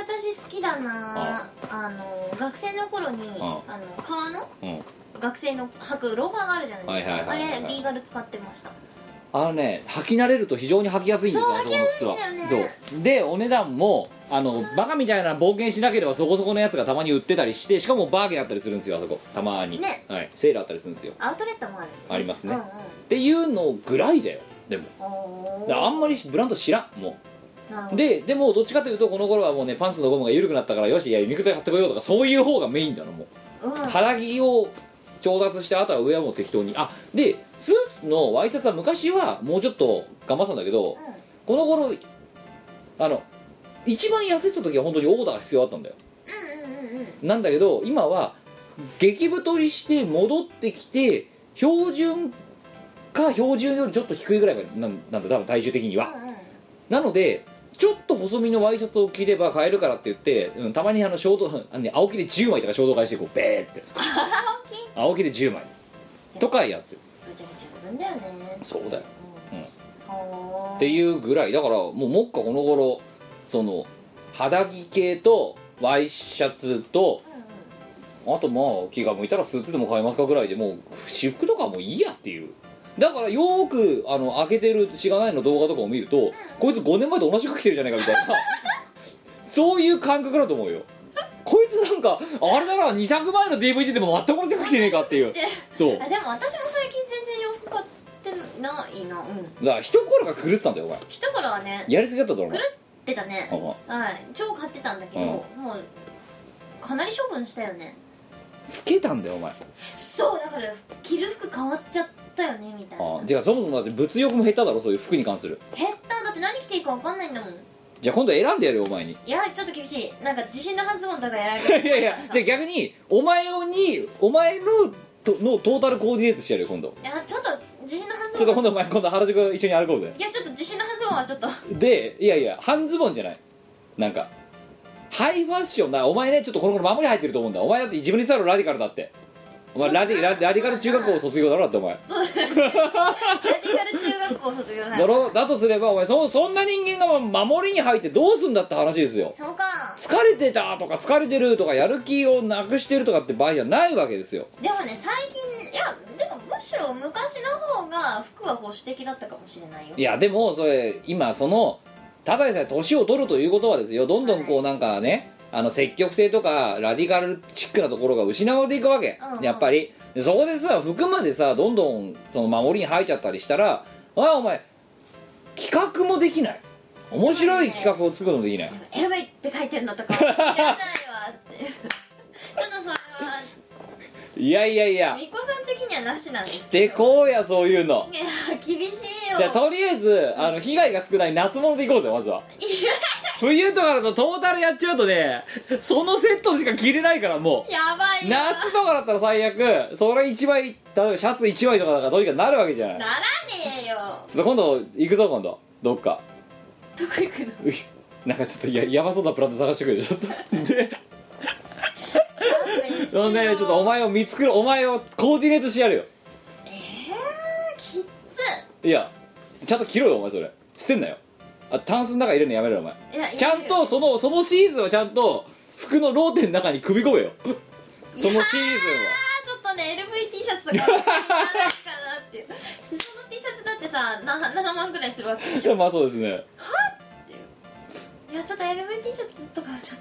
[SPEAKER 5] ル私好きだなあの学生の頃に
[SPEAKER 4] あ
[SPEAKER 5] あの革の
[SPEAKER 4] うん
[SPEAKER 5] 学生の履くローファーがあるじゃないです
[SPEAKER 4] はい
[SPEAKER 5] か
[SPEAKER 4] は
[SPEAKER 5] あ
[SPEAKER 4] いはいはい
[SPEAKER 5] れリーガル使ってました
[SPEAKER 4] あのね履き慣れると非常に履きやすいんですよ
[SPEAKER 5] そう
[SPEAKER 4] あこの靴は
[SPEAKER 5] 履きやすいんだよね
[SPEAKER 4] そうでお値段もあのバカみたいな冒険しなければそこそこのやつがたまに売ってたりしてしかもバーゲンあったりするんですよあそこたまに、
[SPEAKER 5] ね
[SPEAKER 4] はい、セールあったりするんですよ
[SPEAKER 5] アウトレットもあるし
[SPEAKER 4] ありますね
[SPEAKER 5] うんうん
[SPEAKER 4] っていうのぐらいだよでも
[SPEAKER 5] おー
[SPEAKER 4] あんまりブランド知らんも
[SPEAKER 5] なるほ
[SPEAKER 4] う
[SPEAKER 5] ど
[SPEAKER 4] ででもどっちかというとこの頃はもうねパンツのゴムが緩くなったからよしいや肉体買ってこようとかそういう方がメインだのもう
[SPEAKER 5] うんうん
[SPEAKER 4] 肌着を調達してあとは上はもう適当にあでスーツのワイシャツは昔はもうちょっと頑張ってたんだけどこの頃あの一番安い時は本当にオーダーが必要だったんだよ
[SPEAKER 5] うんうんうんうん
[SPEAKER 4] なんだけど今は激太りして戻ってきて標準か標準よりちょっと低いぐらいまでなんなんだ多分体重的には
[SPEAKER 5] うんうん
[SPEAKER 4] なのでちょっと細身のワイシャツを着れば買えるからって言って、うん、たまにあの衝動あの、ね、青木で10枚とか衝動買いしてこうベーって青木で10枚とかやってる
[SPEAKER 5] ぐちゃぐちゃ自分だよね
[SPEAKER 4] そうだよ
[SPEAKER 5] うんほー
[SPEAKER 4] っていうぐらいだからもうもっかこの頃その肌着系とワイシャツと
[SPEAKER 5] うんう
[SPEAKER 4] あ
[SPEAKER 5] ん
[SPEAKER 4] とまあ気が向いたらスーツでも買えますかぐらいでもう私服とかはもういいやっていうだからよーくあの開けてるしがないの動画とかを見るとこいつ5年前と同じ服着てるじゃないかみたいな そういう感覚だと思うよこいつなんかあれだな2作前の DVD でも全く同じ服着てねえかっていう
[SPEAKER 5] で
[SPEAKER 4] そう
[SPEAKER 5] あでも私も最近全然洋服買ってないなうん
[SPEAKER 4] だから一頃が狂ってたんだよお前
[SPEAKER 5] 一頃はね
[SPEAKER 4] やりすぎだっただろう
[SPEAKER 5] 狂ってたね
[SPEAKER 4] お前
[SPEAKER 5] はい超買ってたんだけど、もうかなり処分したよね
[SPEAKER 4] 老けたんだよお前
[SPEAKER 5] そうだから着る服変わっちゃったよねみたいな
[SPEAKER 4] ああじゃあそもそもだって物欲も下手だろそういう服に関する
[SPEAKER 5] 減っただって何着ていいか分かんないんだもんい
[SPEAKER 4] じゃあ今度選んでやるよお前に
[SPEAKER 5] やちょっと厳しいなんか自信の半ズボンとかやられ
[SPEAKER 4] い
[SPEAKER 5] る
[SPEAKER 4] やいやじゃあ逆にお前にお前のとのトータルコーディネートしてやるよ今度
[SPEAKER 5] いやちょっと自信の半ズ
[SPEAKER 4] ちょっ
[SPEAKER 5] ボ
[SPEAKER 4] と今
[SPEAKER 5] ン
[SPEAKER 4] 度お前今度原宿一緒に歩こうぜ
[SPEAKER 5] いやちょっと自信の半ズボンはちょっ と
[SPEAKER 4] でいやいや半ズボンじゃないなんかハイファッションだお前ねちょっとこの頃守り入ってると思うんだお前だって自分に伝わるラディカルだってお前ラディララディカル中学校卒業だろだってお前
[SPEAKER 5] そうだねラディカル中学校卒業な
[SPEAKER 4] だろだとすればお前そそんな人間が守りに入ってどうすんだって話ですよ
[SPEAKER 5] そうか
[SPEAKER 4] 疲れてたとか疲れてるとかやる気をなくしてるとかって場合じゃないわけですよ
[SPEAKER 5] でもね最近いやでもむしろ昔の方が服は保守的だったかもしれないよ
[SPEAKER 4] いやでもそれ今そのただでさえ年を取るということはですよどんどんこうなんかねあの積極性とかラディカルチックなところが失われていくわけ、
[SPEAKER 5] うんうん
[SPEAKER 4] やっぱりでそこでさ服までさどんどんその守りに入っちゃったりしたらあお前企画もできない面白い企画を作るのもできない
[SPEAKER 5] でもエロベイって書いてるのとかいらないわって ちょっとそれ
[SPEAKER 4] いやいやい
[SPEAKER 5] は
[SPEAKER 4] や
[SPEAKER 5] みこさん的にはなしなんで
[SPEAKER 4] し
[SPEAKER 5] す
[SPEAKER 4] て
[SPEAKER 5] けど
[SPEAKER 4] こうやそういうの
[SPEAKER 5] いや厳しいよ
[SPEAKER 4] じゃあとりあえずあの被害が少ない夏物でいこうぜまずは冬とかだとトータルやっちゃうとねそのセットしか着れないからもう
[SPEAKER 5] やばいよ
[SPEAKER 4] 夏とかだったら最悪それ1枚例えばシャツ1枚とかだからどうにかなるわけじゃない
[SPEAKER 5] ならねえよ
[SPEAKER 4] ちょっと今度行くぞ今度どっか
[SPEAKER 5] どこ行くの
[SPEAKER 4] ういなんかちょっとややばそうなブランド探してくるよちょっとでそんでちょっとお前を見つくるお前をコーディネートしてやるよ
[SPEAKER 5] えー、きっつ
[SPEAKER 4] いやちゃんと着ろよお前それ捨てんなよあタンスの中入れるのやめろよお前
[SPEAKER 5] いやいや
[SPEAKER 4] ちゃんとそのそのシーズンはちゃんと服のローテの中に組み込めよそのシーズン
[SPEAKER 5] あーちょっとね LVT シャツとか別にいらないか なっていうその T シャツだってさな7万くらいするわけでし
[SPEAKER 4] は
[SPEAKER 5] ょ
[SPEAKER 4] まあそうですね
[SPEAKER 5] いやちょっと LVT シャツとかはちょっ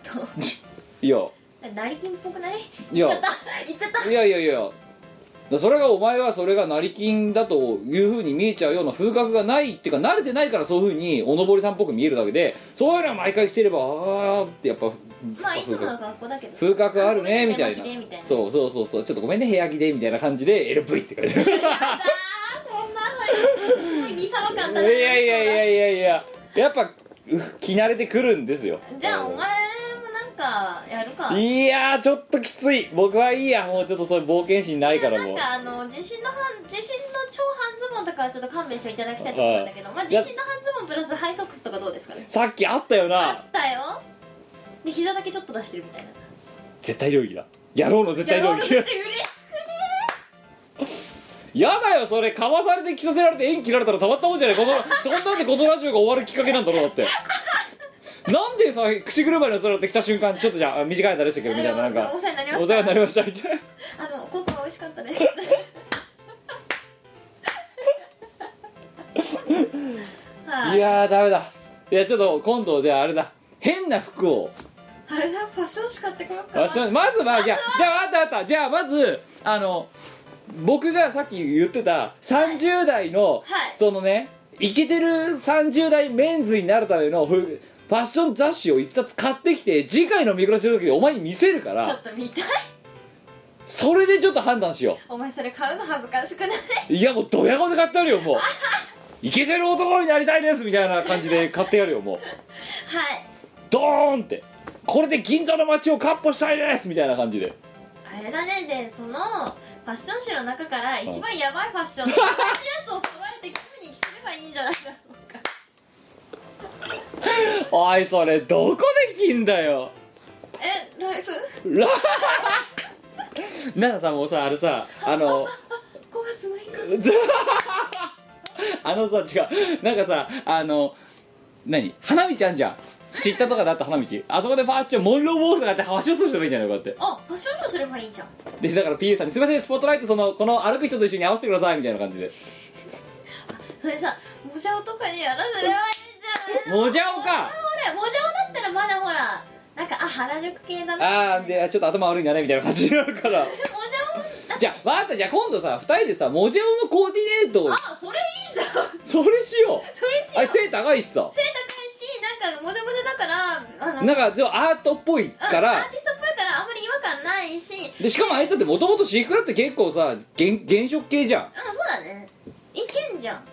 [SPEAKER 4] いや
[SPEAKER 5] と成金っぽくない
[SPEAKER 4] い
[SPEAKER 5] 言っちゃ
[SPEAKER 4] や
[SPEAKER 5] った言っちゃった
[SPEAKER 4] いやいやいやだそれがお前はそれが成金だというふうに見えちゃうような風格がないっていうか慣れてないからそういうふうにおのぼりさんっぽく見えるだけでそういうのは毎回着てればああってやっぱ
[SPEAKER 5] まあいつも
[SPEAKER 4] 風
[SPEAKER 5] の
[SPEAKER 4] 格
[SPEAKER 5] 格好だけど
[SPEAKER 4] 風格あるねみたい
[SPEAKER 5] ごめんね巻きでみたい
[SPEAKER 4] な
[SPEAKER 5] な
[SPEAKER 4] そうそうそうそうちょっとごめんね部屋着でみたいな感じで LV って書いてある
[SPEAKER 5] あーそんなの よすごい見さば感
[SPEAKER 4] い
[SPEAKER 5] 漂
[SPEAKER 4] やい
[SPEAKER 5] う
[SPEAKER 4] やいやいやいややっぱう着慣れてくるんですよ
[SPEAKER 5] じゃあお前もなんかやるか
[SPEAKER 4] いやーちょっときつい僕はいいやもうちょっとそういう冒険心ないから
[SPEAKER 5] な
[SPEAKER 4] も
[SPEAKER 5] ん
[SPEAKER 4] う
[SPEAKER 5] かあの自信の半自信の超半ズボンとかはちょっと勘弁していただきたいと思うんだけどまあ自
[SPEAKER 4] じゃ
[SPEAKER 5] 信の半ズボンプラスハイソックスとかどうですかね
[SPEAKER 4] さっきあったよ
[SPEAKER 5] あ
[SPEAKER 4] な
[SPEAKER 5] ったよで膝だけちょっと出してるみたいな
[SPEAKER 4] 絶対領域だやろうの絶対領
[SPEAKER 5] やろうって
[SPEAKER 4] 域
[SPEAKER 5] 嬉しくね
[SPEAKER 4] やだよそれかまされて着させられて縁切られたらたまったもんじゃないこの そんなんでこのラジオが終わるきっかけなんだろうだ ってなんでさ口車に乗せられて来た瞬間ちょっとじゃあ短い間でしたけどみたいななん
[SPEAKER 5] あの
[SPEAKER 4] か
[SPEAKER 5] お世話になり ま
[SPEAKER 4] お世
[SPEAKER 5] し
[SPEAKER 4] 話
[SPEAKER 5] た
[SPEAKER 4] になりましたみたいな
[SPEAKER 5] あのココア美味しかったです はいい
[SPEAKER 4] やーダメだいやちょっと今度であれだ変な服を
[SPEAKER 5] あれだファッション誌買ってこようかな
[SPEAKER 4] あそうまずはじゃあじゃああったあったじゃあまずあの僕がさっき言ってた30代の、
[SPEAKER 5] はい
[SPEAKER 4] そのねイケてる30代メンズになるためのふファッション雑誌を一冊買ってきて次回のミクロチの時でお前に見せるか
[SPEAKER 5] ちょ
[SPEAKER 4] ら
[SPEAKER 5] っと見たい
[SPEAKER 4] それでちょっと判断しよ
[SPEAKER 5] お前それ買うの恥ずか しくないう
[SPEAKER 4] いやもうドヤ顔で買ってやるよもうイケてる男になりたいですみたいな感じで買ってやるよもう
[SPEAKER 5] はい
[SPEAKER 4] ドーンってこれで銀座の街をかっ歩したいですみたいな感じで
[SPEAKER 5] あれだねでそのファッション誌の中から一番ヤバいファッション同じやつを揃えて気分に着せればいいんじゃないだろうか
[SPEAKER 4] おいそれどこで金だよ
[SPEAKER 5] えライフ
[SPEAKER 4] らならさもうさあれさあの
[SPEAKER 5] 5月6日
[SPEAKER 4] ずあのさ違うなんかさあの何花道あんじゃんチッタとかだった花道あそこでパーッチをモンローボールとかやって話をする人もいいんじゃないのかって
[SPEAKER 5] あファッションショーすればいいじゃん
[SPEAKER 4] でだから PA さんに「すいませんスポットライトそのこの歩く人と一緒に合わせてください」みたいな感じで
[SPEAKER 5] それさもじゃおとかにやらせればいいじゃん
[SPEAKER 4] もじゃおか
[SPEAKER 5] ほらもじゃおだったらまだほらなんかあ原宿系だな
[SPEAKER 4] あーでちょっと頭悪いんだねみたいな感じになるから
[SPEAKER 5] もじゃおだって
[SPEAKER 4] じゃあ分かったじゃあ今度さ2人でさもじゃおのコーディネートを
[SPEAKER 5] あそれいいじゃん
[SPEAKER 4] それしよう
[SPEAKER 5] それし
[SPEAKER 4] あれ
[SPEAKER 5] よう背高
[SPEAKER 4] 背高い
[SPEAKER 5] い
[SPEAKER 4] しさ
[SPEAKER 5] しなんかもじゃもじゃだからあの
[SPEAKER 4] なんかでもアートっぽいか
[SPEAKER 5] うんア
[SPEAKER 4] ら
[SPEAKER 5] ーティストっぽいからあんまり違和感ないし
[SPEAKER 4] でしかもあいつだってもともとシークラって結構さ原原色系じゃん
[SPEAKER 5] あそうだねいけんじゃん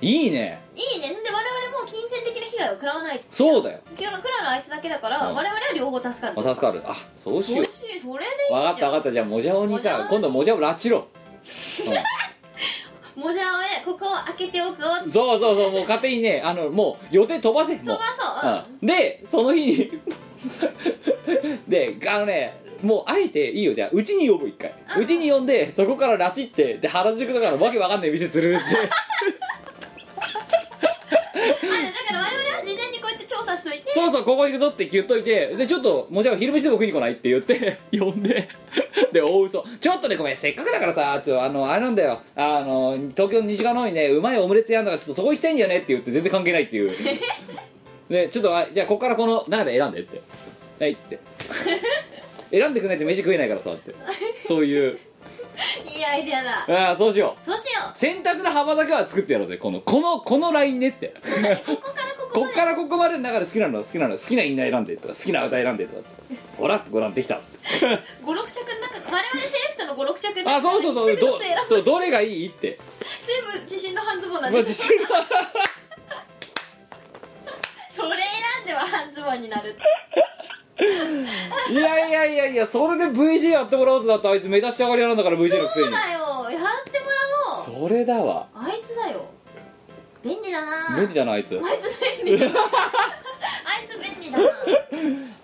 [SPEAKER 4] いいね
[SPEAKER 5] いいねで我々も金銭的な被害を食らわない
[SPEAKER 4] そうだよ
[SPEAKER 5] 今日の食らうのあいつだけだから、
[SPEAKER 4] うん
[SPEAKER 5] 我々は両方助かる
[SPEAKER 4] あ助かるあそうし
[SPEAKER 5] そ
[SPEAKER 4] よう
[SPEAKER 5] れしそれでいいじゃ
[SPEAKER 4] 分かっ
[SPEAKER 5] ん
[SPEAKER 4] た分かったじゃあもじゃおに
[SPEAKER 5] もじゃ
[SPEAKER 4] さ
[SPEAKER 5] お
[SPEAKER 4] 今度もじゃお拉致ろ
[SPEAKER 5] もじゃおへここを開けておく
[SPEAKER 4] う
[SPEAKER 5] を
[SPEAKER 4] んそうそうそうもう勝手にねあのもう予定飛ばせも
[SPEAKER 5] 飛ばそう、うん
[SPEAKER 4] う、うん、でその日にであのねもうあえていいよじゃあうちに呼ぶ一回うちに呼んでそこから拉致ってで原宿とかのわけわかんない店するって
[SPEAKER 5] あだから我々は事前にこうやって調査しといて
[SPEAKER 4] そうそうここ行くぞって言っといてでちょっともじゃお昼飯でも食いに来ないって言って 呼んでで大嘘ちょっとねごめんせっかくだからさちょっとあのあれなんだよあの東京の西側の方にねうまいオムレツ屋あんだからちょっとそこ行きたいんだよねって言って全然関係ないっていうでちょっとあじゃあここからこの中で選んでってはいって選んでくんないと飯食えないからさってそういう
[SPEAKER 5] いいアイデアだ
[SPEAKER 4] ああそうしよう
[SPEAKER 5] そうしよ
[SPEAKER 4] 選択の幅だけは作ってやろうぜこのこのこのラインねって
[SPEAKER 5] うそうだねここからここ
[SPEAKER 4] こ
[SPEAKER 5] ま
[SPEAKER 4] っ
[SPEAKER 5] で
[SPEAKER 4] からここまでの中で好きなの好きなの好きなインナー選んでとか好きな歌選んでとかほらご覧できた
[SPEAKER 5] 56着の中我々セレクトの56着の中
[SPEAKER 4] あそうそうそう
[SPEAKER 5] 一着ず
[SPEAKER 4] ど
[SPEAKER 5] つ選ぶ
[SPEAKER 4] そうどれがいいって
[SPEAKER 5] 全部自信の半ズボンなん
[SPEAKER 4] まあ
[SPEAKER 5] で
[SPEAKER 4] 自
[SPEAKER 5] す
[SPEAKER 4] 信は
[SPEAKER 5] それ選んでは半ズボンになる
[SPEAKER 4] いやいやいやいやそれで VG やってもらおうとだってあいつ目指し上がり屋なんだから VG のくせ
[SPEAKER 5] そう
[SPEAKER 4] に
[SPEAKER 5] だよやってもらおう
[SPEAKER 4] それだわ
[SPEAKER 5] あいつだよ便利だな
[SPEAKER 4] 便利だなあいつ
[SPEAKER 5] あいつ便利あいつ便利だな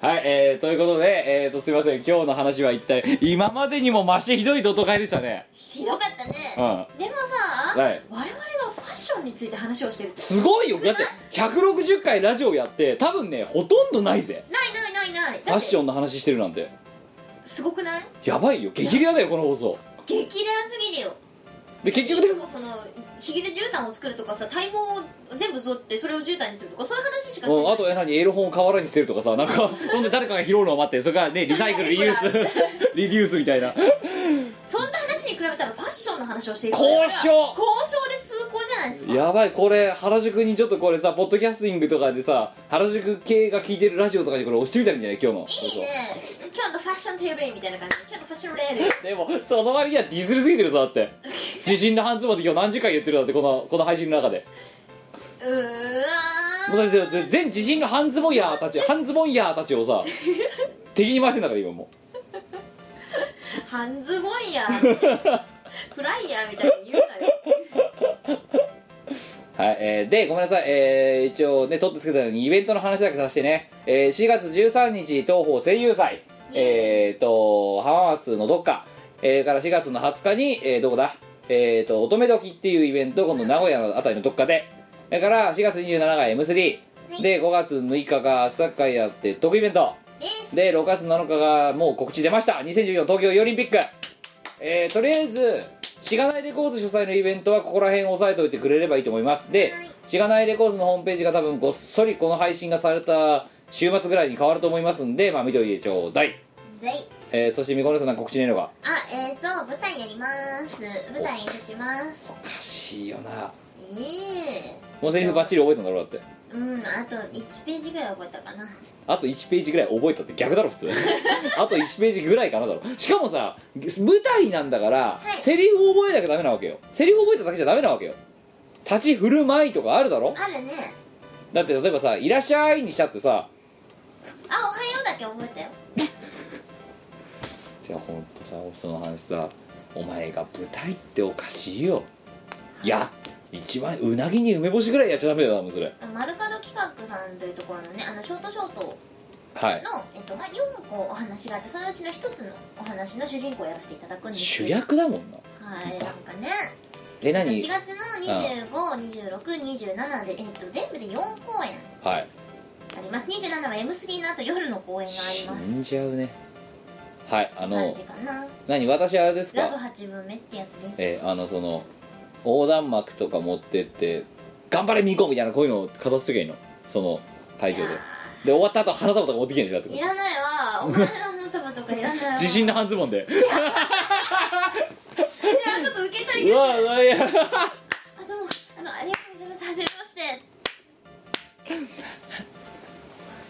[SPEAKER 4] はいえー、ということでえー、とすいません今日の話は一体今までにも増してひどいドト会でしたね
[SPEAKER 5] ひどかったね、
[SPEAKER 4] うん
[SPEAKER 5] でもさ、
[SPEAKER 4] はい
[SPEAKER 5] 我々がファッションについて話をしてるって
[SPEAKER 4] すごいよだって160回ラジオやって多分ねほとんどないぜ
[SPEAKER 5] ないないないない
[SPEAKER 4] ファッショ
[SPEAKER 5] ン
[SPEAKER 4] ンの話してるなんて
[SPEAKER 5] すごくない
[SPEAKER 4] やばいよ激レアだよこの放送
[SPEAKER 5] 激レアすぎるよ
[SPEAKER 4] で結局
[SPEAKER 5] い
[SPEAKER 4] で
[SPEAKER 5] つ
[SPEAKER 4] も
[SPEAKER 5] もそのひげで絨毯を作るとかさ体毛を全部剃ってそれを絨毯にするとかそういう話しかして
[SPEAKER 4] うん、
[SPEAKER 5] ない
[SPEAKER 4] あとえ何エロ本を河原に捨てるとかさなん かそんで誰かが拾うのを待ってそれからねリサイクルリユー
[SPEAKER 5] それ
[SPEAKER 4] ス リデュースみたいな
[SPEAKER 5] そんな話に比べたらファッションの話をしている
[SPEAKER 4] 交渉
[SPEAKER 5] 交渉で崇高じゃないですか
[SPEAKER 4] やばいこれ原宿にちょっとこれさポッドキャスティングとかでさ原宿系が聞いてるラジオとかにこれ押してみたらいいんじゃない今日の
[SPEAKER 5] いいね今日のファッションテーブルみたいな感じ今日のファッションレール
[SPEAKER 4] でもその割にはディスりすぎてるぞだって自信の半ズボンで今日何十回言ってるだってこのこの配信の中で
[SPEAKER 5] う
[SPEAKER 4] もうだっ
[SPEAKER 5] ーわ
[SPEAKER 4] て全自信の半ズボンヤーたち半ズボンヤーたちをさ敵に回してんだから今もう
[SPEAKER 5] ー半ズボンや フライヤーみたいに言うなよ
[SPEAKER 4] はい、えーで、ごめんなさい、えー一応ね、取ってつけたのにイベントの話だけさせてね、えー4月13日、東宝声優祭、
[SPEAKER 5] イエ
[SPEAKER 4] えーと、浜松のどっか、えーから4月の20日に、えーどこだ、えーと、乙女時っていうイベント、今度名古屋のあたりのどっかで、だから4月27日が M3、で、5月6日がサッカーやって、特イベント、
[SPEAKER 5] です
[SPEAKER 4] で6月7日がもう告知出ました2014東京オリンピック、えーとりあえずしがないレコーズ主催のイベントはここら辺押さえておいてくれればいいと思いますで
[SPEAKER 5] はい
[SPEAKER 4] しがないレコーズのホームページが多分ごっそりこの配信がされた週末ぐらいに変わると思いますんでまあ見といてちょうだい、
[SPEAKER 5] はい
[SPEAKER 4] えーそしてみこねさんなんか告知ねえのか
[SPEAKER 5] あえっ、ー、と舞台やります舞台に立ちます
[SPEAKER 4] おかしいよな
[SPEAKER 5] ええ
[SPEAKER 4] もうセリフバッチリ覚えたんだろうだって
[SPEAKER 5] うんあと1ページぐらい覚えたかな
[SPEAKER 4] あと1ページぐらい覚えたって逆だろ普 通あと1ページぐらいかなだろしかもさ舞台なんだから、
[SPEAKER 5] い
[SPEAKER 4] セリフ覚えなきゃダメなわけよセリフ覚えただけじゃダメなわけよ立ち振る舞いとかあるだろ
[SPEAKER 5] あるね
[SPEAKER 4] だって例えばさ「いらっしゃい」にしちゃってさ
[SPEAKER 5] あおはようだけ覚えたよ
[SPEAKER 4] じゃあほんとさその話さお前が舞台っておかしいよいや一番うなぎに梅干しぐらいやっちゃダメだよ多分それ
[SPEAKER 5] 丸角企画さんというところのねあのショートショートの、
[SPEAKER 4] はい
[SPEAKER 5] えっとまあ、4個お話があってそのうちの1つのお話の主人公をやらせていただくんです
[SPEAKER 4] 主
[SPEAKER 5] けど
[SPEAKER 4] 役だもんな
[SPEAKER 5] はいなんかね
[SPEAKER 4] え
[SPEAKER 5] 4
[SPEAKER 4] 何
[SPEAKER 5] 月の252627で、えっと、全部で4公演
[SPEAKER 4] はい
[SPEAKER 5] あります27は M3 の後夜の公演がありま
[SPEAKER 4] 死ん
[SPEAKER 5] す
[SPEAKER 4] じゃうねはいあ
[SPEAKER 5] 感
[SPEAKER 4] の
[SPEAKER 5] じかな
[SPEAKER 4] 何私あれです
[SPEAKER 5] ラブ
[SPEAKER 4] か
[SPEAKER 5] 8分目ってやつです
[SPEAKER 4] えーあのその横断幕とか持ってって「頑張れミコ!」みたいなこういうのをかざすときゃいいのその会場でで終わった後花束とか持ってきてんじゃんだっ
[SPEAKER 5] い
[SPEAKER 4] て
[SPEAKER 5] らない わお前の花束とかいらないわ
[SPEAKER 4] 自信の半ズボンで
[SPEAKER 5] いやちょっと受けたり
[SPEAKER 4] うわうわいや
[SPEAKER 5] あどうもあのありがとうございますはじめまし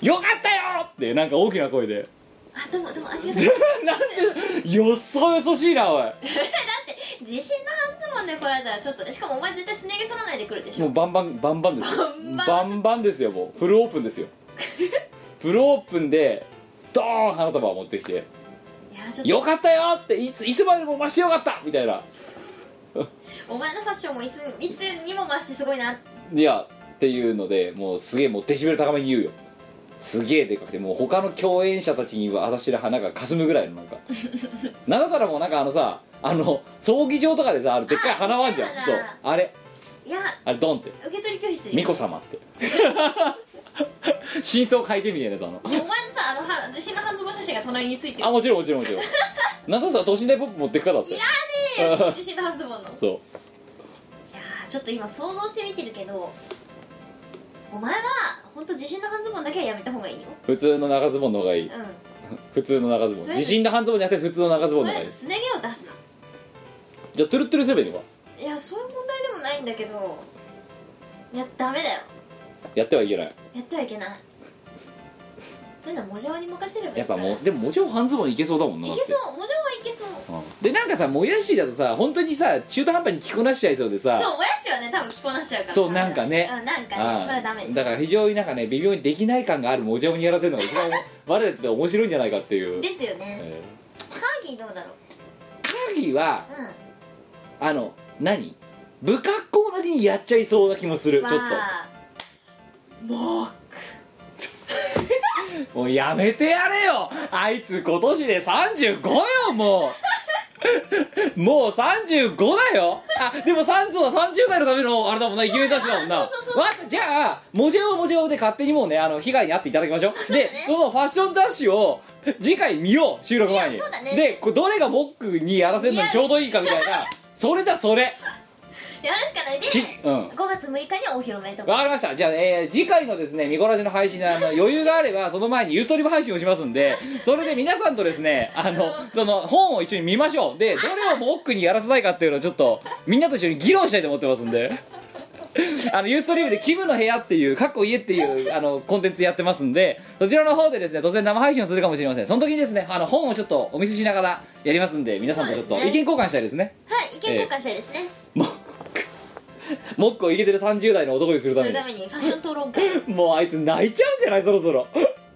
[SPEAKER 5] て
[SPEAKER 4] よかったよってなんか大きな声で
[SPEAKER 5] あどうもどうもありがとうございます
[SPEAKER 4] なんでよそよそしいなおい
[SPEAKER 5] 自信の半ズボンで来られたらちょっとしかもお前絶対すね毛剃らないで来るでし
[SPEAKER 4] も
[SPEAKER 5] ょ
[SPEAKER 4] うバンバンバンバンですよ
[SPEAKER 5] バン
[SPEAKER 4] バ
[SPEAKER 5] バン
[SPEAKER 4] ンバンですよもうフルオープンですよフルオープンでドーン花束を持ってきて
[SPEAKER 5] いやち
[SPEAKER 4] 「
[SPEAKER 5] ょっ
[SPEAKER 4] よかったよ!」っていついつまでも増してよかったみたいな
[SPEAKER 5] とお前のファッションもいついつにも増してすごいない
[SPEAKER 4] やっていうのでもうすげえもうデシベル高めに言うよすげえでかくてもう他の共演者たちには私ら花がかすむぐらいのなんかなんだったらもうなんかあのさあの葬儀場とかでさあのでっかい花輪あんじゃん
[SPEAKER 5] あ花
[SPEAKER 4] そう
[SPEAKER 5] だ
[SPEAKER 4] あれ
[SPEAKER 5] や
[SPEAKER 4] あれドンって
[SPEAKER 5] 受け取り拒否する
[SPEAKER 4] 巫女様って 真相書いてみたいなやつあの
[SPEAKER 5] でお前のさあのは自信の半ズボン写真が隣についてる
[SPEAKER 4] あもちろんもちろんもちろんなんだったら等身大ポップ持ってくかだ って
[SPEAKER 5] 自信の半ズボンの
[SPEAKER 4] そう
[SPEAKER 5] いやーちょっと今想像してみてるけどお前は本当自信の半ズボンだけはやめた方がいいよ
[SPEAKER 4] 普通の長ズボンの方がいい
[SPEAKER 5] うん
[SPEAKER 4] 普通の長ズボン
[SPEAKER 5] とりあえ
[SPEAKER 4] 自
[SPEAKER 5] ず
[SPEAKER 4] 信の半ズボンじゃなくて普通の長ズボン
[SPEAKER 5] と
[SPEAKER 4] の方が
[SPEAKER 5] りあえ
[SPEAKER 4] いい
[SPEAKER 5] ずすね毛を出すな
[SPEAKER 4] じゃあトゥルットゥルすればいいのか
[SPEAKER 5] いやそういう問題でもないんだけどいやダメだよ
[SPEAKER 4] やってはいけない
[SPEAKER 5] やってはいけないというのはもじゃおに任せればいい
[SPEAKER 4] やっぱ
[SPEAKER 5] から
[SPEAKER 4] もうでももちろん半ズボンいけそうだもんない
[SPEAKER 5] けそうもじゃおはいけそう
[SPEAKER 4] う、ん、でなんかさもやしだとさ本当にさ中途半端に着こなしちゃいそうでさ
[SPEAKER 5] そうもやしはね多分着こなしちゃうから
[SPEAKER 4] そうなんかね
[SPEAKER 5] うんなんか
[SPEAKER 4] あ
[SPEAKER 5] ね
[SPEAKER 4] あ
[SPEAKER 5] それはダメです
[SPEAKER 4] だから非常になんかね微妙にできない感があるもじゃもにやらせるのが一番我らって面白いんじゃないかっていう
[SPEAKER 5] ですよね
[SPEAKER 4] え
[SPEAKER 5] カーギーどうだろう
[SPEAKER 4] ーカーギーは
[SPEAKER 5] う
[SPEAKER 4] あの何不格好なりにやっちゃいそうな気もする
[SPEAKER 5] ん
[SPEAKER 4] ちょっ
[SPEAKER 5] わーもう
[SPEAKER 4] ともうやめてやれよあいつ今年で35よもうもう35だよあでも3そうだ30代のためのあれだもんなイケメンだしだもんなわ
[SPEAKER 5] そうそうそうそう
[SPEAKER 4] かったじゃあもじゃおもじゃおで勝手にもうねあの被害に遭っていただきましょうで
[SPEAKER 5] ね
[SPEAKER 4] そのファッション雑誌を次回見よう収録前に
[SPEAKER 5] いやそうだね
[SPEAKER 4] でこれどれがモックにやらせるのにちょうどいいかみたいなそれだそれ
[SPEAKER 5] やるしかないで
[SPEAKER 4] きうん
[SPEAKER 5] 5月6日にはお披露目とか
[SPEAKER 4] わかりましたじゃあ、えー次回のですねミコラジの配信であの余裕があればその前にゆそりも配信をしますんでそれで皆さんとですねあのその本を一緒に見ましょうでどれをもう奥にやらせないかっていうのをちょっとみんなと一緒に議論したいと思ってますんで。あのユーストリームで「キムの部屋」っていう「かっこ家」っていうあのコンテンツやってますんでそちらの方でですね突然生配信をするかもしれませんその時にですねあの本をちょっとお見せしながらやりますんで皆さんとちょっと意
[SPEAKER 5] そう
[SPEAKER 4] 見
[SPEAKER 5] ですね
[SPEAKER 4] 交換したいですね
[SPEAKER 5] はい意見交換したいですね
[SPEAKER 4] もっもっこをイケてる30代の男にするた
[SPEAKER 5] そ
[SPEAKER 4] め
[SPEAKER 5] の
[SPEAKER 4] に
[SPEAKER 5] ためにファッション討論会
[SPEAKER 4] もうあいつ泣いちゃうんじゃないそろそろ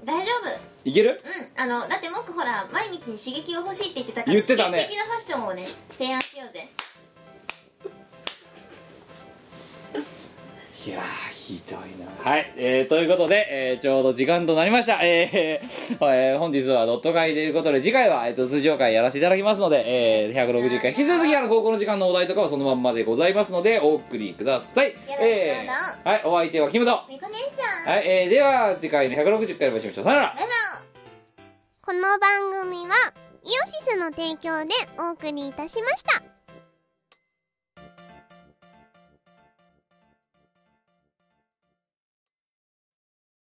[SPEAKER 5] 大丈夫
[SPEAKER 4] いける
[SPEAKER 5] うんあのだってモックほら毎日に刺激が欲しいって言ってたから
[SPEAKER 4] 言ってたね
[SPEAKER 5] 刺激的なファッションをね提案しようぜ
[SPEAKER 4] いやーひどいなはい、えーということで、えーちょうど時間となりましたえー えー本日はドット会ということで次回は、えー、と通常会やらせていただきますので、えー160回引き続きあの高校の時間のお題とかはそのまんまでございますのでお送りくださいよ
[SPEAKER 5] ろしく
[SPEAKER 4] えーはいお相手はキムとは
[SPEAKER 5] みこ姉さん
[SPEAKER 4] い、えーでは次回の160回お会いしましょうさよなら
[SPEAKER 1] この番組はイオシスの提供でお送りいたしました。